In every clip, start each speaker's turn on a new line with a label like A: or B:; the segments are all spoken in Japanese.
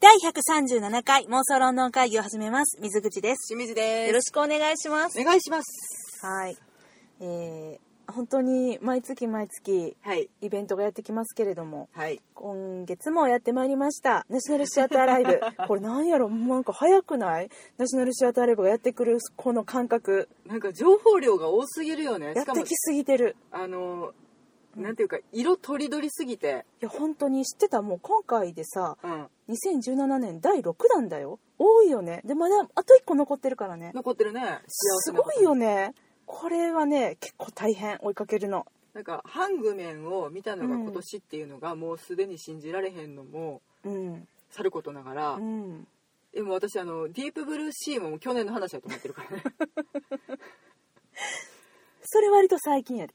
A: 第137回妄想論論会議を始めます。水口です。
B: 清水です。
A: よろしくお願いします。
B: お願いします。
A: はい。えー、本当に毎月毎月
B: はい。
A: イベントがやってきますけれども、
B: はい。
A: 今月もやってまいりました。ナショナルシアターライ ブ。これなんやろもうなんか早くないナショナルシアターライブがやってくるこの感覚。
B: なんか情報量が多すぎるよ
A: や
B: ね。し
A: っ
B: か
A: て
B: も、
A: きすぎてる。
B: あの、なんていうか、色とりどりすぎて。
A: いや本当に知ってたもう今回でさ、
B: うん。
A: 2017年第6弾だよ。多いよね。で、まだあと1個残ってるからね。
B: 残ってるね。
A: す
B: 幸せなこ
A: ご
B: と
A: いよねこれはね結構大変追いかけるの
B: なんか、ハングメンを見たのが
A: うん
B: 今年っていうのが、もうすでに信じられへんのも、
A: うん
B: さることながら、
A: うん
B: でも私、あの、ディープブルーシーももう去年の話だと思ってるから ね。
A: それ割と最近やで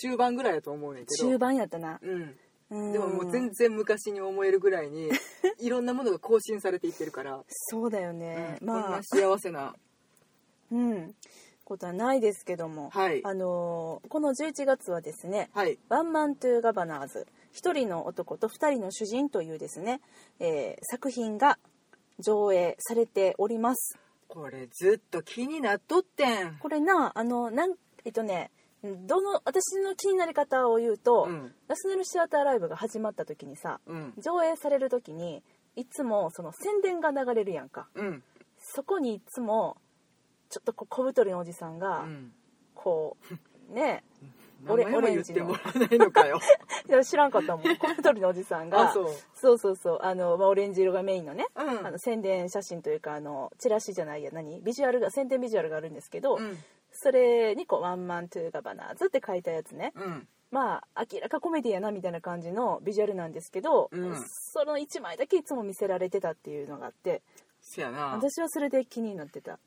B: 中盤ぐらいだと思うねんけど。
A: 中盤やったな
B: うん。
A: うん
B: でももう全然昔に思える ぐらいに、いろんなものが更新されていってるから、
A: そうだよね、
B: うんこん
A: まあ
B: な幸せな。
A: うんことはないですけども、
B: はい
A: あのーこの11月はですね
B: はい。
A: 「ワンマン・トゥ・ガバナーズ」「一人の男と二人の主人」というですね、えー作品が上映されております
B: これずっと気になっとってん。
A: これなあのなんえっとねどの私の気になり方を言うと、
B: うん
A: ナショナルシアターライブが始まった時にさ
B: うん
A: 上映される時にいつもその宣伝が流れるやんか
B: うん
A: そこにいつもちょっとこう小太りのおじさん
B: う
A: が
B: ん。
A: こう、ね
B: 名前も
A: オレ
B: 言ってもらえないの かよ。
A: いや知らんかった もん小太りのおじさんが
B: あそう
A: そうそうそうあの、まあ、オレンジ色がメインのね、
B: うん
A: あの宣伝写真というかあのチラシじゃないや何ビジュアルが宣伝ビジュアルがあるんですけど、
B: うん
A: それにこう「ワンマン・トゥ・ガバナーズ」って書いたやつね、
B: うん
A: まあ明らかコメディやなみたいな感じのビジュアルなんですけど、
B: うん
A: その1枚だけいつも見せられてたっていうのがあって
B: せやな。
A: 私はそれで気になってた、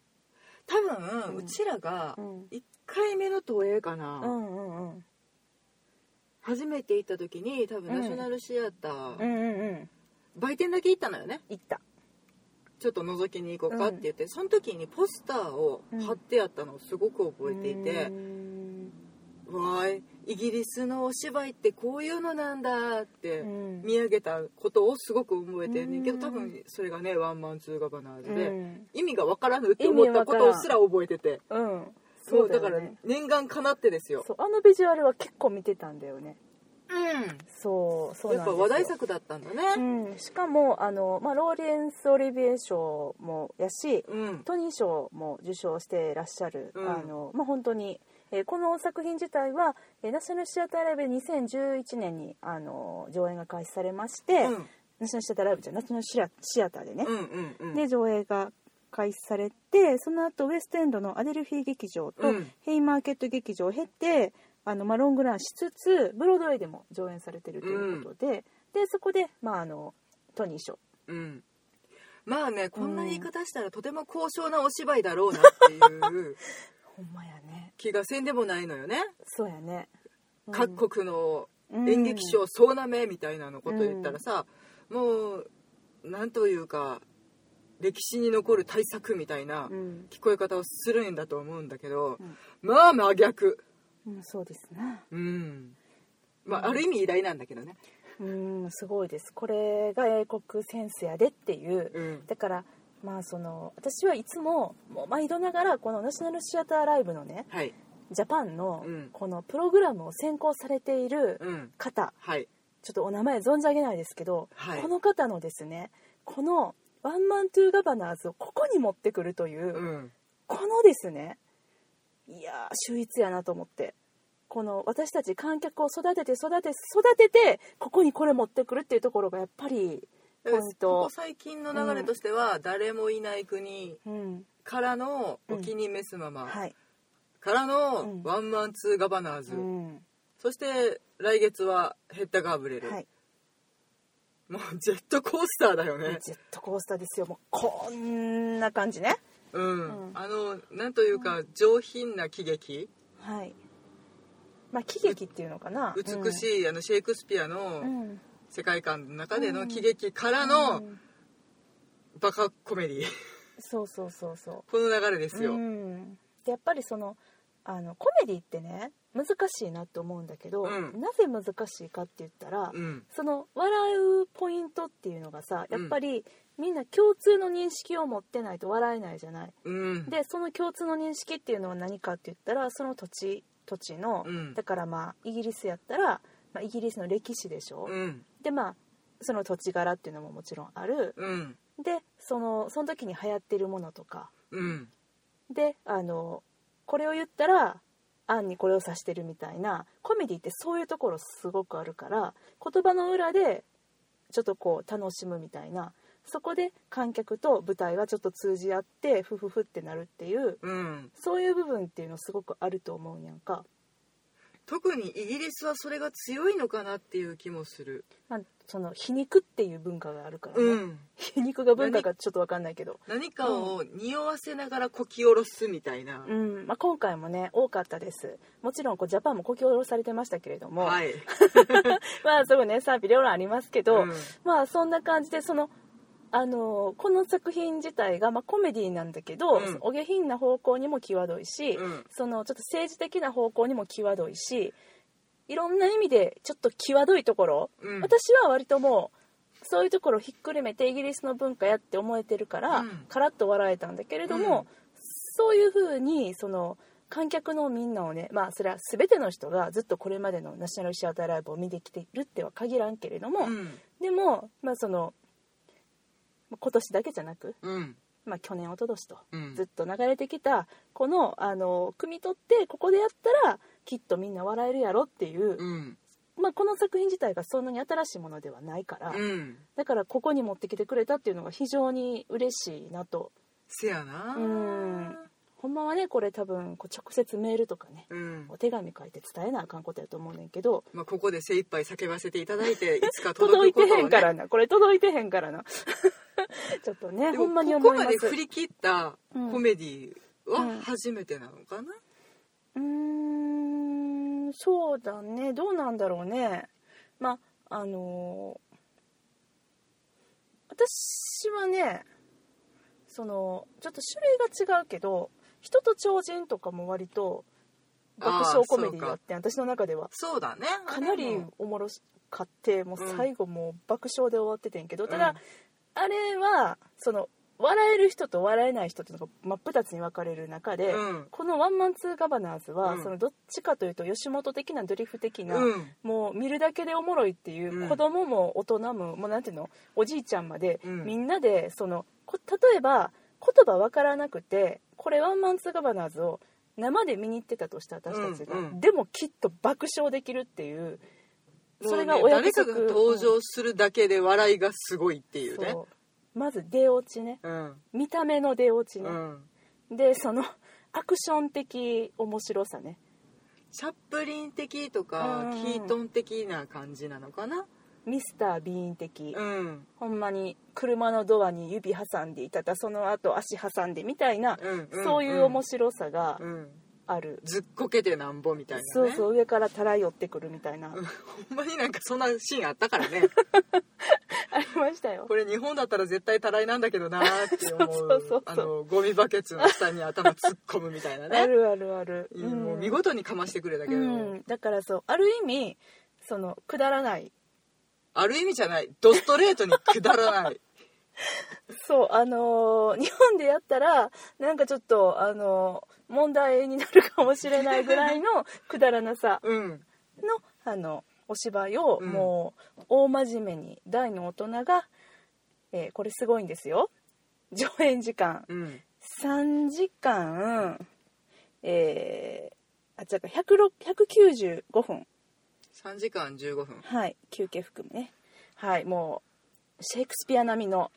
B: 多分うちらが
A: うん
B: 一回目の投影か
A: う
B: な。
A: んうんうん、
B: 初めて行った時に多
A: う
B: 分
A: ん
B: ナショナルシアタ
A: う
B: ー
A: んうんうん
B: 売店だけ行ったのよね。
A: 行った
B: ちょっと覗きに行こうかって言って、その時にポスターを貼ってあったのをすごく覚えていて
A: うー、ん
B: わーいイギリスのお芝居ってこういうのなんだって。
A: うん
B: 見上げたことをすごく覚えてんねんけど
A: うん
B: 多分それがねワンマンツーガバナーズで、
A: うん
B: 意味がわからぬって思ったことをすら覚えてて
A: うん
B: そう
A: だ
B: だ
A: よ
B: から
A: ね
B: 念願かなってですよ、
A: そうあのビジュアルは結構見てたんだよねそうそう
B: や
A: なんです
B: っぱ
A: よ
B: 話題作だったんだ
A: う
B: ね
A: ん、しかもあの、まあ、ローレンス・オリビエ賞もやし
B: うん、
A: トニー賞も受賞してらっしゃる、
B: うん
A: あのまあ、本当に、えーこの作品自体は、えーナショナルシアターライブで2011年にあの上演が開始されまして、
B: うん
A: ナショナルシアターライブじゃないナショナルシアシアターでね、
B: うんうんうん
A: で上映が開始されてその後ウエストエンドのアデルフィー劇場と
B: うん
A: ヘイマーケット劇場を経てあの、まあ、ロングランしつつブロードウェイでも上演されてるということで,、でそこで、まあ、あのトニー賞
B: うんまあねこんな言い方したらとても高尚なお芝居だろうなっていう
A: ほんまやね
B: 気がせんでもないのよね
A: そうやね、うん
B: 各国の
A: うん
B: 演劇賞総なめみたいなのこと言ったらさ、もうなんというか歴史に残る大作みたいな
A: うん
B: 聞こえ方をするんだと思うんだけど、
A: うん
B: まあ真逆
A: うん、そうですな
B: うんまあある意味偉大なんだけどね
A: うんすごいですこれが英国センスやでっていう
B: うん
A: だからまあその私はいつももう毎度ながらこのナショナルシアターライブのね
B: はい
A: ジャパンの
B: うん
A: このプログラムを選考されている
B: うん
A: 方、
B: はい
A: ちょっとお名前存じ上げないですけど、
B: はい
A: この方のですねこのワンマントゥーガバナーズをここに持ってくるという、
B: うん
A: このですねいやー秀逸やなと思ってこの私たち観客を育てて育て育ててここにこれ持ってくるっていうところがやっぱりポイン
B: ここ
A: ト、
B: 最近の流れとしては、誰もいない国
A: うん、
B: からのお気に召すまま
A: はい、
B: から
A: う
B: の
A: ん
B: ワンマンツーガバナーズ、
A: うん、
B: そして来月はヘッダガーブレル、
A: はい
B: もうジェットコースターだよね。
A: ジェットコースターですよもうこんな感じね
B: うん。
A: うん
B: あのなんというか上品な喜劇、
A: はいまあ喜劇っていうのかな
B: 美しいあのシェイクスピア
A: う
B: の
A: んうん
B: 世界観の中で
A: う
B: の
A: ん
B: 喜劇からの
A: うん
B: バ カコメディ
A: そうそうそうそう
B: この流れですよ。
A: う
B: うん
A: んでやっぱりそのあのコメディってね難しいなって思うんだけど、
B: うん
A: なぜ難しいかって言ったら、
B: うん
A: その笑うポイントっていうのがさやっぱりみんな共通の認識を持ってないと笑えないじゃない。
B: うん
A: でその共通の認識っていうのは何かって言ったらその土地土地の、
B: うん
A: だからまあイギリスやったら、まあ、イギリスの歴史でしょ、
B: うん
A: でまあその土地柄っていうのももちろんある
B: うん
A: でそのその時に流行ってるものとか
B: うん
A: であのこれを言ったら暗にこれを指してるみたいなコメディってそういうところすごくあるから言葉の裏でちょっとこう楽しむみたいなそこで観客と舞台がちょっと通じ合ってフフフってなるっていう
B: うん
A: そういう部分っていうのすごくあると思うんやんか、
B: 特にイギリスはそれが強いのかなっていう気もする、
A: まあ、その皮肉っていう文化があるからね、
B: うん、
A: 皮肉が文化かちょっと分かんないけど、
B: 何かを匂わせながらこき下ろすみたいな、
A: うんまあ、今回もね多かったですもちろんこうジャパンもこき下ろされてましたけれども、
B: はい、
A: まあすごいね賛否両論ありますけど、
B: うん
A: まあそんな感じでその、あのーこの作品自体が、まあ、コメディなんだけど、
B: うん
A: そのお下品な方向にも際どいし、
B: うん
A: そのちょっと政治的な方向にも際どいしいろんな意味でちょっと際どいところ、
B: うん
A: 私は割ともうそういうところをひっくるめてイギリスの文化やって思えてるから、
B: うん
A: カラッと笑えたんだけれども、
B: うん
A: そういう風にその観客のみんなをねまあそれは全ての人がずっとこれまでのナショナルシアターライブを見てきているっては限らんけれども、
B: うん
A: でもまあその今年だけじゃなく、
B: うん
A: まあ、去年一昨年と
B: うん
A: ずっと流れてきたこのあの汲み取ってここでやったらきっとみんな笑えるやろっていう、
B: うん
A: まあ、この作品自体がそんなに新しいものではないから、
B: うん
A: だからここに持ってきてくれたっていうのが非常に嬉しいなと
B: せやな
A: うんほんまはねこれ多分こう直接メールとかね
B: うん
A: お手紙書いて伝えなあかんことやと思うねんけど
B: まあ、ここで精一杯叫ばせていただ いていつか
A: 届
B: 届
A: い
B: く
A: て
B: ことを、
A: へ
B: ね、
A: んからなこれ届いてへんからな ちょっとね
B: で
A: ほ
B: も
A: んまに
B: こ
A: 思
B: こ
A: い
B: ま
A: ま
B: です振り切ったコメディ
A: うん
B: は初めてなのかな、
A: うーんそうだねどうなんだろうねまああのー私はねそのちょっと種類が違うけど「人と超人」とかも割と爆笑コメディやって私の中では
B: そうだね
A: かなりおもろかってもう
B: うん
A: 最後もう爆笑で終わっててんけど、
B: うん
A: ただあれはその笑える人と笑えない人っていうのが真っ二つに分かれる中で、
B: うん
A: この「ワンマンツーガバナーズは」
B: うん
A: そのどっちかというと吉本的なドリフ的な、
B: うん
A: もう見るだけでおもろいっていう、
B: うん
A: 子供も大人ももうなんていうのおじいちゃんまで、
B: うん
A: みんなでそのこ例えば言葉わからなくてこれ「ワンマンツーガバナーズ」を生で見に行ってたとした私たちが、
B: うんうん
A: でもきっと爆笑できるっていうそれが
B: もうね
A: お約束、
B: 誰かが登場するだけで笑いがすごいっていうね
A: そうまず出落ちね
B: うん
A: 見た目の出落ち
B: う
A: ね、
B: ん
A: でそのアクション的面白さね
B: チャップリン的とか、
A: うん
B: キートン的な感じなのかな
A: ミスター・ビーン的、
B: うん
A: ほんまに車のドアに指挟んでいたたその後足挟んでみたいな、
B: うんん
A: そういう面白さが
B: うん
A: ある、
B: ずっこけてなんぼみたいなね
A: そうそう上からたら寄ってくるみたいな、
B: うんほんまになんかそんなシーンあったからね
A: ありましたよ
B: これ日本だったら絶対たらいなんだけどなーって思
A: そうそうそうそう
B: あのゴミバケツの下に頭突っ込むみたいな
A: あ
B: ね
A: るあるある、
B: いいもう見事にかましてくれたけど、
A: うん、だからそうある意味そのくだらない
B: ある意味じゃないドストレートにくだら ない
A: そうあのー日本でやったらなんかちょっとあのー問題になるかもしれないぐらいのくだらなさ
B: うん
A: のあのお芝居を
B: うん
A: もう大真面目に大の大人が、えーこれすごいんですよ上演時間
B: うん
A: 3時間えーあ違うか106 195分
B: 3時間15分
A: はい休憩含むねはいもうシェイクスピア並みの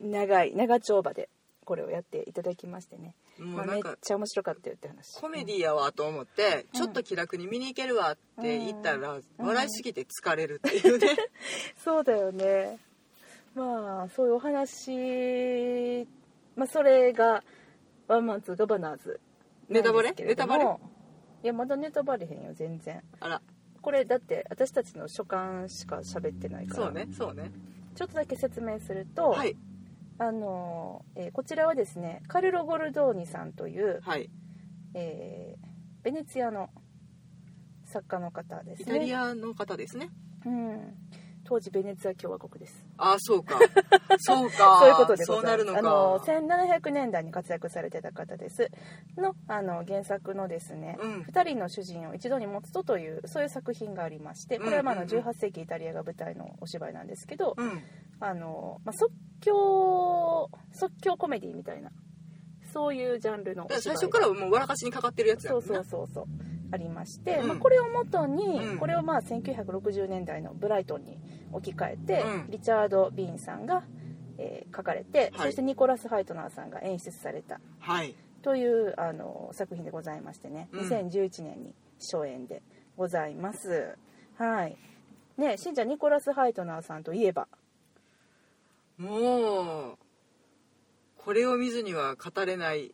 A: 長い長丁場でこれをやっていただきましてね、
B: も
A: ま
B: う
A: あ、
B: な
A: め
B: ん
A: っ
B: か
A: ちゃ面白かったよって話
B: コメディやわと思って、
A: うん
B: ちょっと気楽に見に行けるわって言ったら、笑いすぎて疲れるってい うね、
A: そうだよねまあそういうお話、まあ、それが「ワンマンツーガバナーズなんですけれども」
B: ネタバレネタ
A: いやまだネタバレへんよ全然
B: あら
A: これだって私たちの所感しか喋ってないから
B: そうねそうね
A: ちょっとだけ説明すると、
B: はい
A: あのえーこちらはですねカルロ・ゴルドーニさんという、
B: はい
A: えーベネツィアの作家の方ですね
B: イタリアの方ですね
A: うん、当時ベネツィア共和国です
B: あそう かそうか
A: そういうことで
B: そ
A: ご
B: うな
A: ざい
B: る
A: ま
B: の
A: す
B: か
A: あの1700年代に活躍されてた方ですのあの原作のですね、
B: うん
A: 2人の主人を一度に持つとというそういう作品がありましてこれはまああの
B: うんうんうん
A: 18世紀イタリアが舞台のお芝居なんですけど、
B: うん
A: あのまあ、即興即興コメディみたいなそういうジャンルのお
B: だから
A: 芝
B: 最
A: 居
B: 初からはもう笑かしにかかってるやつや
A: そ
B: も
A: うん
B: な
A: そうそうそうありまして、
B: うん
A: まあ、これをもとに、
B: うん
A: これをまあ1960年代のブライトンに置き換えて、
B: うん
A: リチャード・ビーンさんが、えー書かれて、
B: はい
A: そしてニコラス・ハイトナーさんが演出された
B: はい
A: というあの作品でございましてね、
B: うん
A: 2011年に初演でございますはいねしんちゃんニコラス・ハイトナーさんといえば
B: もうこれを見ずには語れない、
A: ん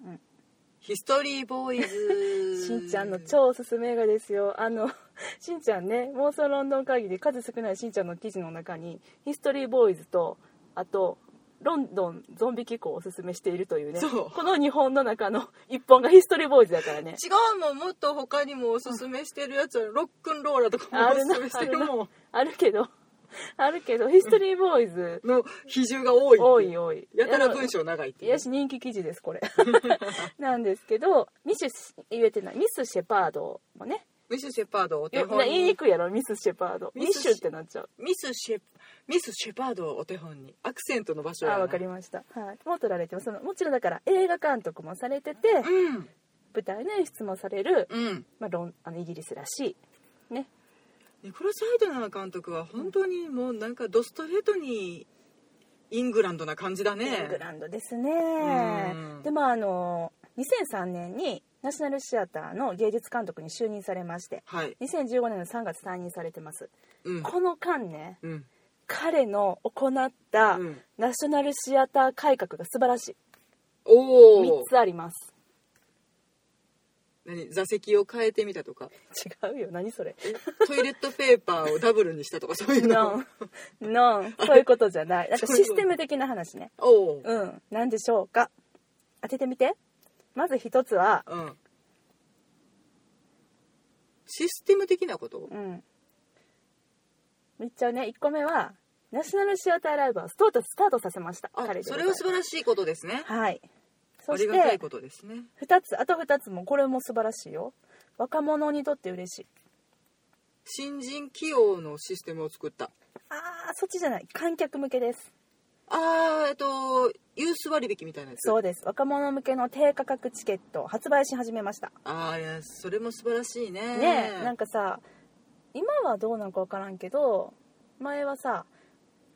B: ヒストリーボーイズ
A: しんちゃんの超おすすめ映画ですよあの しんちゃんね妄想ロンドン会議で数少ないしんちゃんの記事の中にヒストリーボーイズとあとロンドンゾンビ機構をおすすめしているというね
B: そう
A: この日本の中の 一本がヒストリーボーイズだからね
B: 違うもんもっと他にもおすすめしてるやつはロックンローラーとかも
A: あ
B: お
A: る
B: す
A: な
B: すめし
A: あ
B: て
A: る
B: る
A: な
B: もん
A: あるけど あるけどヒストリーボーイズ
B: の比重が多いって
A: 多い多い
B: やた
A: あ
B: ら
A: の
B: 文章長いって
A: い
B: いう
A: やし人気記事ですこれ なんですけどミス言えてないミス・シェパードもね
B: ミス・シェパードをお
A: いや
B: 手本
A: 言いに
B: に
A: くいやろミス・シェパードミ
B: ミ
A: ッ
B: ス
A: シュってなっちゃう
B: ミスシェミスシェパードをお手本にアクセントの場所
A: あ
B: やな
A: わかりました、はい、もう取られてもそのもちろんだから映画監督もされてて
B: うん
A: 舞台の演出もされる、
B: うん
A: まあ、ロンあのイギリスらしいね
B: ニコラス・ハイドナー監督は本当にもうなんかドストレートにイングランドな感じだ
A: イン
B: ね
A: グランドですね
B: うん
A: でまああの2003年にナショナルシアターの芸術監督に就任されまして
B: はい
A: 2015年の3月退任されてます、
B: うん
A: この間ね
B: うん
A: 彼の行った
B: うん
A: ナショナルシアター改革が素晴らしい
B: お
A: 3
B: お
A: つあります
B: 何座席を変えてみたとか
A: 違うよ何それ
B: トイレットペーパーをダブルにしたとかそういう
A: ノ
B: の
A: ンノンそういうことじゃないなんか
B: そういう
A: シ
B: こと
A: ステム的な話ね
B: おおー
A: うん何でしょうか当ててみてまず一つは
B: うんシステム的なこと
A: うん言っちゃうね1個目はナショナルシアターライブはストートスタートさせました
B: あ
A: 彼でご
B: そ
A: ざい
B: れ
A: ま
B: は
A: す
B: 素晴らしいことですね
A: はい
B: あ
A: そ
B: り
A: し
B: がたい
A: て
B: ことですね
A: 2つあと2つもこれも素晴らしいよ若者にとって嬉しい
B: 新人起用のシステムを作った
A: あーそっちじゃない観客向けです
B: あーえっとユース割引みたいなやつ
A: そうです若者向けの低価格チケットを発売し始めました
B: ああいやそれも素晴らしいね
A: ねえなんかさ今はどうなんか分からんけど前はさ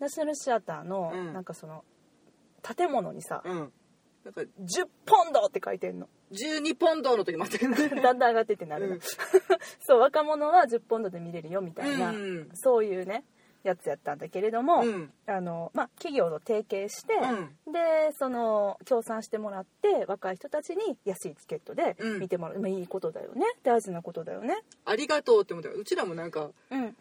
A: ナショナルシアターの
B: うん
A: なんかその建物にさ
B: うんなん
A: 「
B: か
A: 10ポンド!」って書いてんの
B: 12ポンドの時もあったけどね
A: だんだん上がってってなるの、
B: うん
A: そう若者は10ポンドで見れるよみたいな、
B: うん
A: そういうねやつやったんだけれども、
B: うん
A: あのまあ、企業と提携して、
B: う
A: でその協賛してもらって若い人たちに安いチケットで見てもらう、まあいいことだよね大事なことだよね。
B: ありがとうって思ったうちらもなんか
A: うん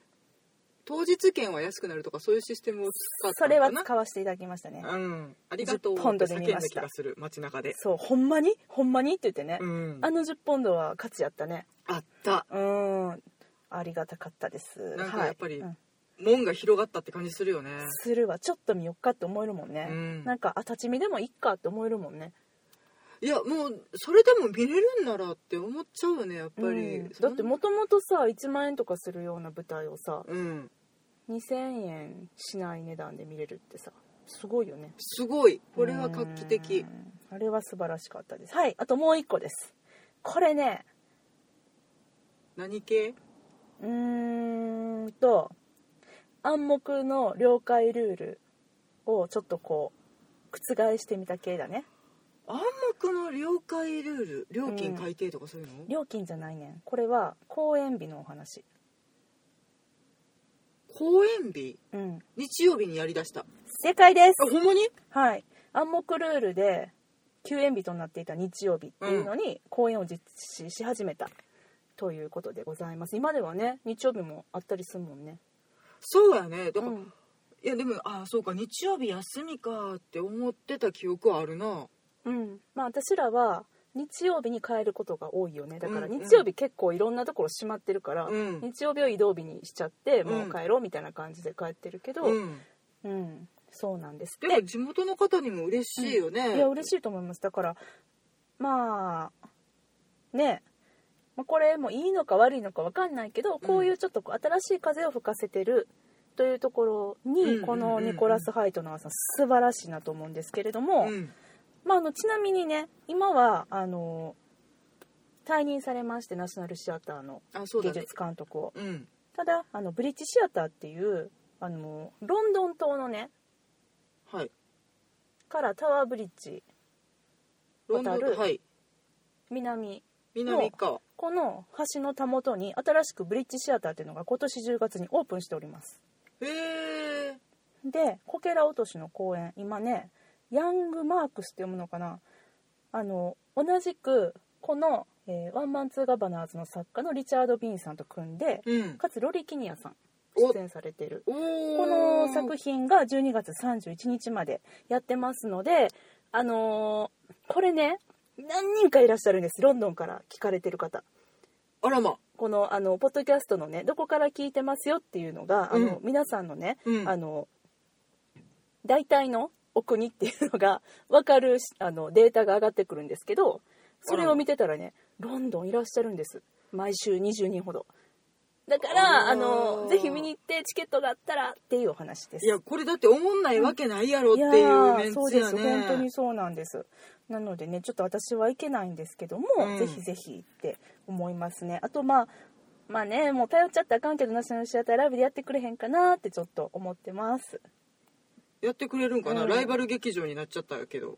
B: 当日券は安くなるとかそういうシステムを使った
A: そ
B: の
A: れ
B: か
A: は
B: な
A: 使わせていただきましたね、
B: うんありがとうって
A: 10ポンドで
B: 叫ん
A: 見ま
B: だ
A: し
B: 気
A: た
B: がする街中で
A: そうほんまにほんまにって言ってね、
B: うん
A: あの10ポンドは価値やったね
B: あった
A: うんありがたかったです
B: なん
A: は
B: か
A: い
B: やっぱり
A: うん
B: 門が広がったって感じするよね
A: するわちょっと見よっかって思えるもんね、
B: うん
A: なんかあ立ち見でもいっかって思えるもんね
B: いやもうそれでも見れるんならって思っちゃうよねやっぱ
A: う
B: り
A: んだってもともとさ1万円とかするような舞台をさ
B: うん
A: 2000円しない値段で見れるってさすごいよね
B: すごいこれは画期
A: う
B: 的
A: んあれは素晴らしかったですはいあともう一個ですこれね
B: 何系
A: うーんと暗黙の了解ルールをちょっとこう覆してみた系だね
B: 暗黙の了解ルール料金改定とかそういうの、
A: 料金じゃないねんこれは公演日のお話
B: 公演日
A: うん
B: 日曜日にやりだしたあ
A: 正解です
B: ほんまに
A: はい暗黙ルールで休演日となっていた日曜日っていうのに公演を実施し始めたということでございます今ではね日曜日もあったりするもんね
B: そうやね
A: う
B: だから、い
A: ん
B: やでもあそうか日曜日休みかって思ってた記憶はあるな
A: うんまあ私らは日曜日に変えることが多いよねだから
B: うんうん
A: 日曜日結構いろんなところ閉まってるから、
B: うん
A: 日曜日を移動日にしちゃって
B: うん
A: もう帰ろうみたいな感じで帰ってるけど、うん
B: うん
A: そうなんです
B: で
A: っ
B: も
A: て
B: 地元の方にも嬉しいよね、
A: いや嬉しいと思いますだからまあねまあこれもいいのか悪いのか分かんないけど、こういうちょっとこう新しい風を吹かせてるというところに、
B: うんうんうんうん
A: このニコラス・ハイトの朝素晴らしいなと思うんですけれども、
B: うん
A: まあ、あのちなみにね今はあの退任されましてナショナルシアターの
B: あそうだ
A: 技
B: ね
A: 術監督を、
B: うん
A: ただあのブリッジシアターっていうあのロンドン島のね
B: はい
A: からタワーブリッジ
B: ロンド
A: 渡る
B: ンはい
A: 南
B: 南か
A: この橋のたもとに新しくブリッジシアターっていうのが今年10月にオープンしております
B: へえ
A: でこけら落としの公園今ねヤングマークスって読むのかなあの同じくこの、えーワンマンツーガバナーズの作家のリチャード・ビーンさんと組んで
B: うん
A: かつロリ・キニアさん
B: お
A: 出演されてる
B: おー
A: この作品が12月31日までやってますのであのーこれね何人かいらっしゃるんですロンドンから聞かれてる方
B: あらま
A: このあのポッドキャストのねどこから聞いてますよっていうのがあの、
B: うん
A: 皆さんのね、
B: うん
A: あの大体のお国っていうのが分かるしあのデータが上がってくるんですけどそれを見てたらねロンドンいらっしゃるんです毎週20人ほどだから
B: あー
A: あのぜひ見に行ってチケットがあったらっていうお話です
B: いやこれだって思んないわけないやろっていうメン
A: ーそう
B: ツ
A: で
B: や
A: す
B: ね
A: 本当にそうなんですなのでねちょっと私は行けないんですけども、
B: うん
A: ぜひぜひって思いますねあとまあまあねもう頼っちゃったらあかんけどナショナルシアターライブでやってくれへんかなってちょっと思ってます
B: やってくれるんかな、
A: うん
B: ライバル劇場になっちゃったけど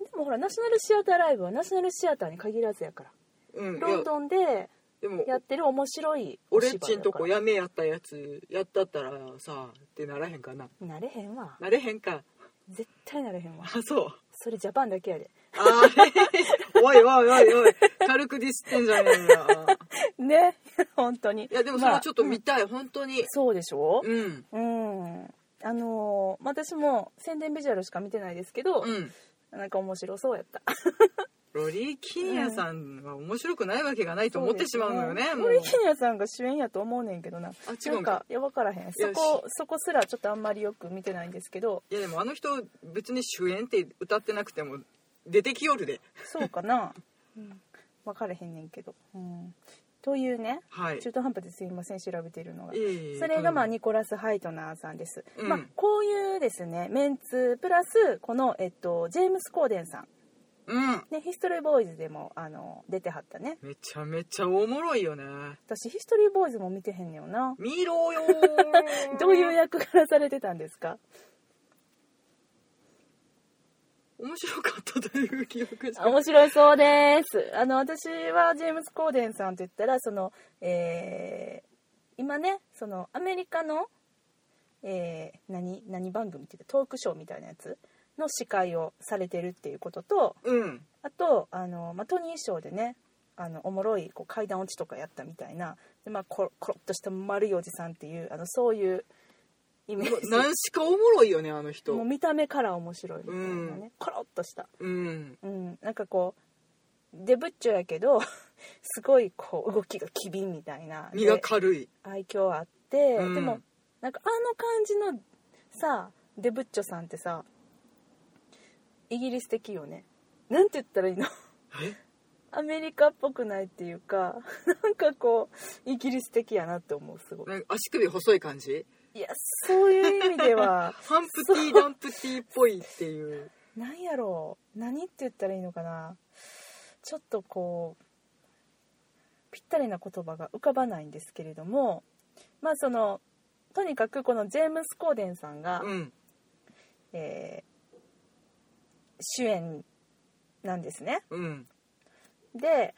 A: でもほらナショナルシアターライブはナショナルシアターに限らずやから
B: うんいや
A: ロンドンで
B: でも
A: やってる面白いお
B: 俺
A: 芝居だから
B: っちんとこやめやったやつやったったらさってならへんかな
A: なれへんわ
B: なれへんか
A: 絶対なれへんわ
B: あそう
A: それジャパンだけ やで
B: あー おいおいおいおい軽くディスってんじゃねえよ
A: ね 本当に
B: いやでもそれはちょっと
A: まあ
B: 見たい、本当に
A: そうでしょ
B: うん
A: うんあのー私も宣伝ビジュアルしか見てないですけど、
B: うん
A: なんか面白そうやった
B: ロリー・キニアさんは面白くないわけがないと思ってしまうのよねもう
A: 森キニアさんが主演やと思うねんけどな
B: あ違
A: な
B: うんんか
A: かいや分からへんそこそこすらちょっとあんまりよく見てないんですけど
B: いやでもあの人別に主演って歌ってなくても出てきよるで
A: そうか な、うん、分からへんねんけど、うん、というね
B: はい
A: 中途半端ですいません調べているのが
B: いえいえ
A: それがまあ
B: うん
A: ニコラス・ハイトナーさんです、
B: うん
A: まあこういうですねメンツプラスこの、えっと、ジェームス・コーデンさん
B: うん
A: ね、ヒストリーボーイズでもあの出てはったね
B: めちゃめちゃおもろいよね
A: 私ヒストリーボーイズも見てへんねよな
B: 見ろよ
A: どういう役柄されてたんですか
B: 面白かったという記憶じゃ
A: 面白いそうですあの私はジェームス・コーデンさんといったらその、えー今ねそのアメリカの、えー何何番組っていうかトークショーみたいなやつの司会をされてるっていうことと
B: うん
A: あとあの、まあ、トニー賞でねあのおもろいこう階段落ちとかやったみたいなで、まあ、コロコロッとした丸いおじさんっていうあのそういうイメージ
B: 何しかおもろいよねあの人
A: もう見た目から面白いみたいなね、
B: う
A: コロッとした、
B: うん
A: うん、なんかこうデブっちょやけど すごいこう動きが機敏みたいな
B: 身が
A: で
B: 軽い
A: 愛嬌あって、
B: うん
A: でもなんかあの感じのさデブッチョさんってさイギリス的よねなんて言ったらいいの
B: え
A: アメリカっぽくないっていうか なんかこうイギリス的やなって思うすごい
B: なんか足首細い感じ
A: いやそういう意味では
B: ハンプティーダンプティーっぽいっていう
A: なんやろう何って言ったらいいのかなちょっとこうぴったりな言葉が浮かばないんですけれどもまあそのとにかくこのジェームス・コーデンさんが、
B: うん
A: えー主演なんですね。
B: うん
A: で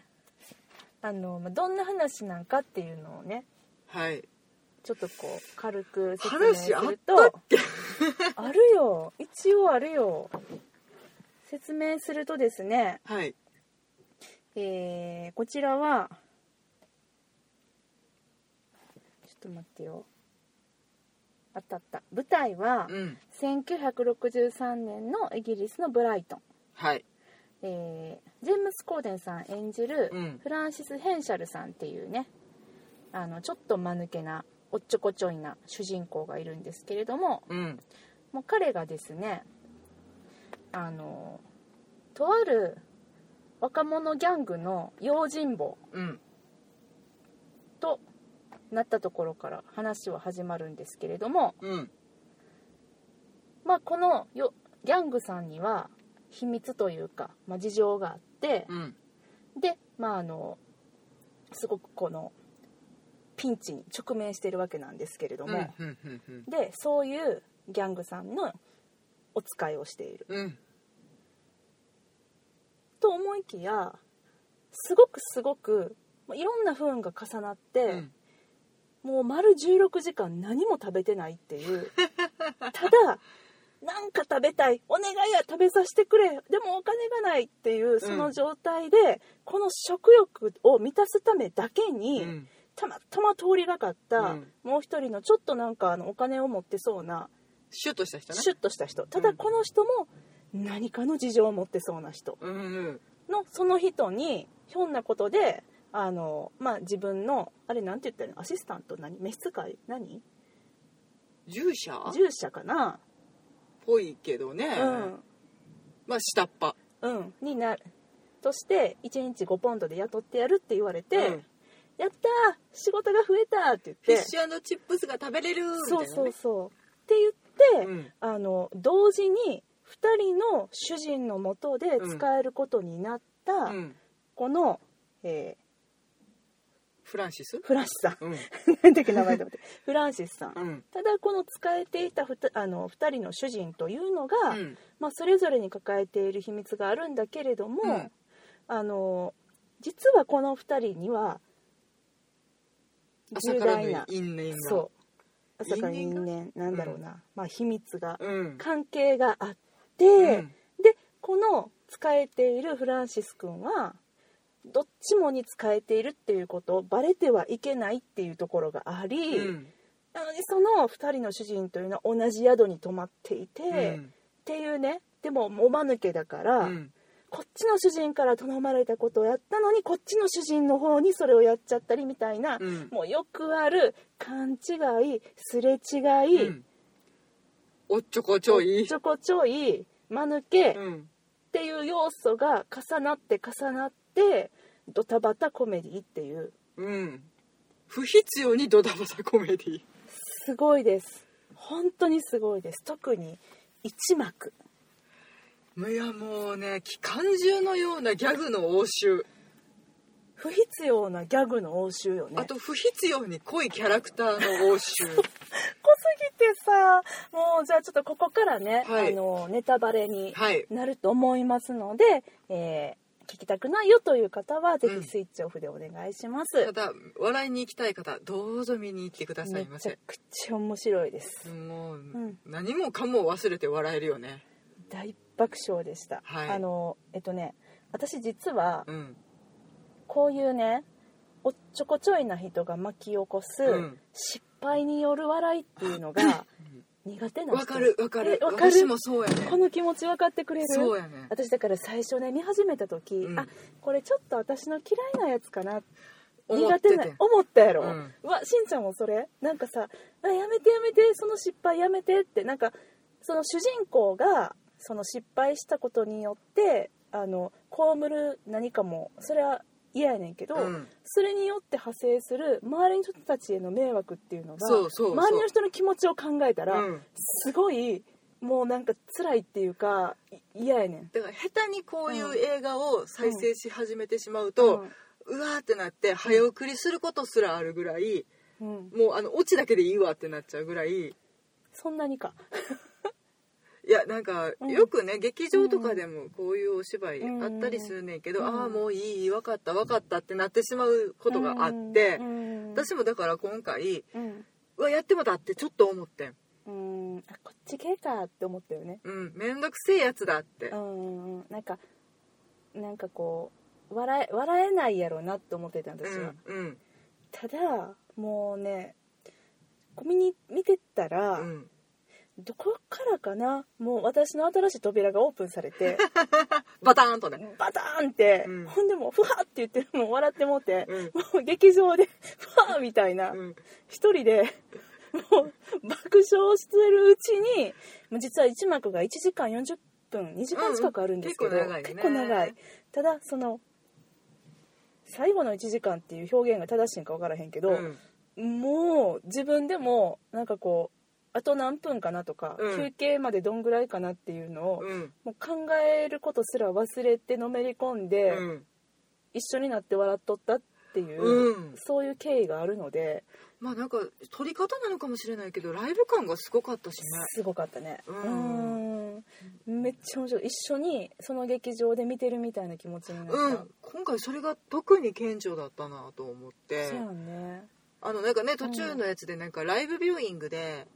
A: あのまあどんな話なんかっていうのをね
B: はい
A: ちょっとこう軽く説明す
B: 話あっ
A: ると
B: たっけ
A: あるよ一応あるよ説明するとですね
B: はい
A: えーこちらはちょっと待ってよあったあった舞台は
B: うん
A: 1963年のイギリスのブライトン、
B: はい
A: ええージェームス・コーデンさん演じる
B: うん
A: フランシス・ヘンシャルさんっていうねあのちょっと間抜けなおっちょこちょいな主人公がいるんですけれども
B: うん
A: もう彼がですねあのとある若者ギャングの用心棒
B: うん
A: となったところから話は始まるんですけれども、
B: うん
A: まあ、このよギャングさんには秘密というか、まあ、事情があって、
B: うん
A: でまああのすごくこのピンチに直面しているわけなんですけれど
B: うんう
A: も
B: ん、うんうん
A: でそういうギャングさんのお使いをしている
B: うん
A: と思いきやすごくすごくまあいろんな不運が重なって、
B: うん
A: もう丸16時間何も食べてないっていう ただなんか食べたいお願いや食べさせてくれでもお金がないっていうその状態で、この食欲を満たすためだけに、
B: うん
A: たまたま通りがかった、
B: うん
A: もう一人のちょっとなんかあのお金を持ってそうな
B: シュッとした人ね
A: シュッとした人ただこの人も何かの事情を持ってそうな人
B: うんうん
A: のその人にひょんなことであの、まあ、自分のあれなんて言ったらいいのアシスタント何召使い何
B: 従者っ
A: 従者かな、
B: ぽいけどねまあ下っ端
A: うん、うん、になるとして1日5ポンドで雇ってやるって言われて「
B: うん
A: やったー仕事が増えた!」って言っ
B: フィ
A: て
B: ッシュチップスが食べれるみたいな
A: そう
B: ね
A: そうそうって言って、
B: うん
A: あの同時に2人の主人のもとで使えることになった、
B: うん
A: この、え
B: フランシス
A: ーフランシスさん
B: うん
A: 何だっけ名前だってフランシスさん
B: うん
A: ただこの使えていた 2, あの2人の主人というのが、
B: うん
A: まあ、それぞれに抱えている秘密があるんだけれども、
B: うん
A: あの実はこの2人には
B: 朝
A: 重
B: から
A: 大
B: の
A: な
B: 因縁が
A: そう朝から
B: 因
A: 因
B: 縁が
A: 縁なんだろうな、まあ、秘密が、
B: うん
A: 関係があって。
B: うん
A: でこの使えているフランシス君はどっちもに使えているっていうことをバレてはいけないっていうところがあり、
B: うん
A: なのにその2人の主人というのは同じ宿に泊まっていて、
B: う
A: っ
B: ん
A: ていうねでもおまぬけだから、
B: うん
A: こっちの主人から頼まれたことをやったのにこっちの主人の方にそれをやっちゃったりみたいな、
B: うん
A: もうよくある勘違いすれ違
B: う
A: い、
B: んおっちょこちょ
A: お
B: い
A: っちょこちょい間抜け、
B: うん
A: っていう要素が重なって重なってドタバタコメディっていう
B: うん不必要にドタバタコメディ
A: すごいです本当にすごいです特に一幕
B: いやもうね機関銃のようなギャグの応酬
A: 不必要なギャグの応酬よね
B: あと不必要に濃いキャラクターの応酬
A: 濃すぎてさもうじゃあちょっとここからね、
B: はい
A: あのネタバレに
B: はい
A: なると思いますので、えー聞きたくないよという方はぜひスイッチオフでお願いします、
B: ただ笑いに行きたい方どうぞ見に行ってくださ
A: め
B: いま
A: ちゃ
B: せ
A: くちゃ面白いです
B: もう、
A: ん
B: 何もかも忘れて笑えるよね
A: 大爆笑でした、
B: はい
A: あのえっとね私実は
B: うん
A: こういうねおっちょこちょいな人が巻き起こす
B: うん
A: 失敗による笑いっていうのが苦手な人
B: わかるわかる
A: えわかる
B: 私もそうやね
A: この気持ち分かってくれる
B: そうやね
A: 私だから最初ね見始めた時、
B: うん
A: あこれちょっと私の嫌いなやつかな
B: 思
A: 苦
B: っ
A: 手
B: て
A: な
B: て
A: 思ったやろ、
B: う
A: うんわしんちゃんもそれなんかさあやめてやめてその失敗やめてってなんかその主人公がその失敗したことによってあの被る何かもそれは嫌やねんけど、
B: うん
A: それによって派生する周りの人たちへの迷惑っていうのが
B: そうそうそう
A: 周りの人の気持ちを考えたら、
B: うん
A: すごいもうなんか辛いっていうかい嫌やねん。
B: だから下手にこういう映画を再生し始めてしまう
A: う
B: と
A: ん、
B: うわーってなって早送りすることすらあるぐらい
A: うん、
B: もうあのオチだけでいいわってなっちゃうぐらい
A: そんなにか。
B: いやなんか
A: うん
B: よくね、劇場とかでもこういうお芝居あったりするねんけど、
A: うん
B: ああもういい分かった分かったってなってしまうことがあって、
A: うん、
B: 私もだから今回
A: うん
B: うわやってもだってちょっと思ってん
A: うん、あこっち系かって思ったよね。
B: うん面倒くせえやつだって
A: う、ん、なんかなんかこう笑え笑えないやろうなって思ってた
B: う
A: 私は。
B: んうん
A: ただもうねコミュニ見てたら、
B: うん
A: どこからかなもう私の新しい扉がオープンされ て
B: バターンとね
A: バターンって、
B: うん
A: ほんでもうふわって言ってるのを笑ってもうて、
B: うん
A: もう劇場でふわーみたいな、
B: うん
A: 一人で もう爆笑してるうちにもう実は1幕が1時間40分2時間近くあるんですけど、
B: うん結構長いね
A: 結構長いただその最後の1時間っていう表現が正しいんか分からへんけど、
B: うん
A: もう自分でもなんかこうあと何分かなとか、
B: うん
A: 休憩までどんぐらいかなっていうのを、
B: うん
A: もう考えることすら忘れてのめり込んで、
B: うん
A: 一緒になって笑っとったっていう、
B: うん
A: そういう経緯があるので
B: まあなんか撮り方なのかもしれないけどライブ感がすごかったしね
A: すごかったね
B: う
A: うんんめっちゃ面白い一緒にその劇場で見てるみたいな気持ちになった、
B: うん今回それが特に顕著だったなと思って
A: そうやんね
B: あのなんかね途中のやつでなんかライブビューイングで、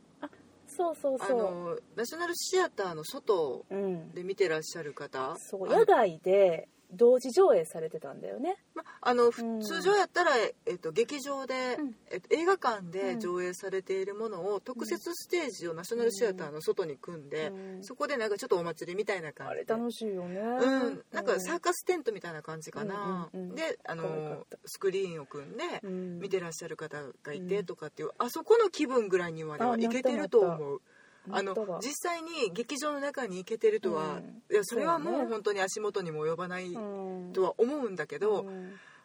A: そうそう
B: あ
A: そ
B: のナショナルシアターの外
A: ううん
B: で見てらっしゃる方
A: そう
B: あの
A: 野外で同時上映されてたんだよね
B: まあの
A: う
B: ふ
A: ん
B: 通常やったら、えっと、劇場で、
A: うん
B: えっと、映画館で
A: うん
B: 上映されているものを特設ステージをナショナルシアターの外に組んで、
A: うん
B: そこでなんかちょっとお祭りみたいな感
A: あれ
B: じで。
A: 楽しいよね
B: うん、なんかサーカステントみたいな感じかな、
A: うんうんうん
B: であ
A: 可愛か
B: の
A: った
B: スクリーンを組んで見
A: 見
B: てらっしゃる方がいうて
A: ん
B: とかっていう、あそこの気分ぐらいにはあれは
A: あ
B: いけてると
A: なった
B: 思うあの実際に劇場の中に行けてるとは、いやそれはもう本当に足元にも及ばないとは思うんだけど、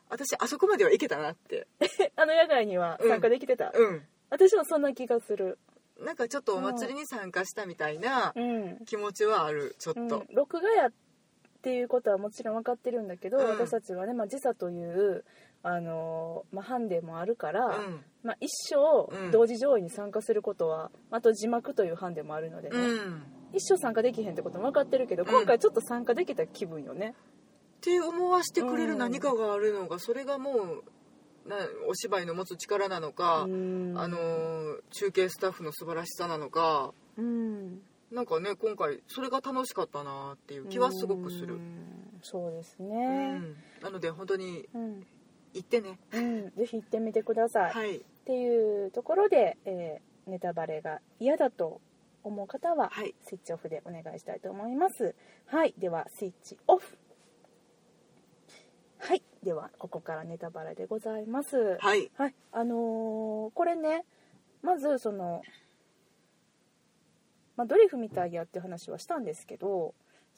B: 私あそこまでは行けたなって
A: あの野外には参加できてた、
B: う
A: 私もそんな気がする
B: んなんかちょっとお祭りに参加したみたいな
A: うん
B: 気持ちはあるちょっ
A: うん
B: と、
A: 録画やっていうことはもちろん分かってるんだけど、
B: うん
A: 私たちはね、まあ、時差という、あのーまあ、ハンデもあるから、
B: うん
A: まあ、一生
B: うん
A: 同時上映に参加することは、あと字幕というハンデもあるのでね、
B: うん、っ
A: 一生参加できへんってことも分かってるけど
B: うん
A: 今回ちょっと参加できた気分よね、
B: て思わせてくれる
A: うん
B: 何かがあるのがそれがもうなお芝居の持つ力なのか、
A: うん
B: あのー中継スタッフの素晴らしさなのか
A: うん
B: なんかね今回それが楽しかったなっていう気はすごくす
A: う
B: る、
A: んそうです
B: う
A: ね
B: ん、なので本当に
A: うん、
B: 行ってね
A: うんぜひ行ってみてください、
B: はい
A: っていうところで、えーネタバレが嫌だと思う方は、
B: はい
A: スイッチオフでお願いしたいと思いますはいではスイッチオフはいではここからネタバレでございますはい、
B: はい
A: あのーこれねまずその、まあ、ドリフみたいやっていう話はしたんですけど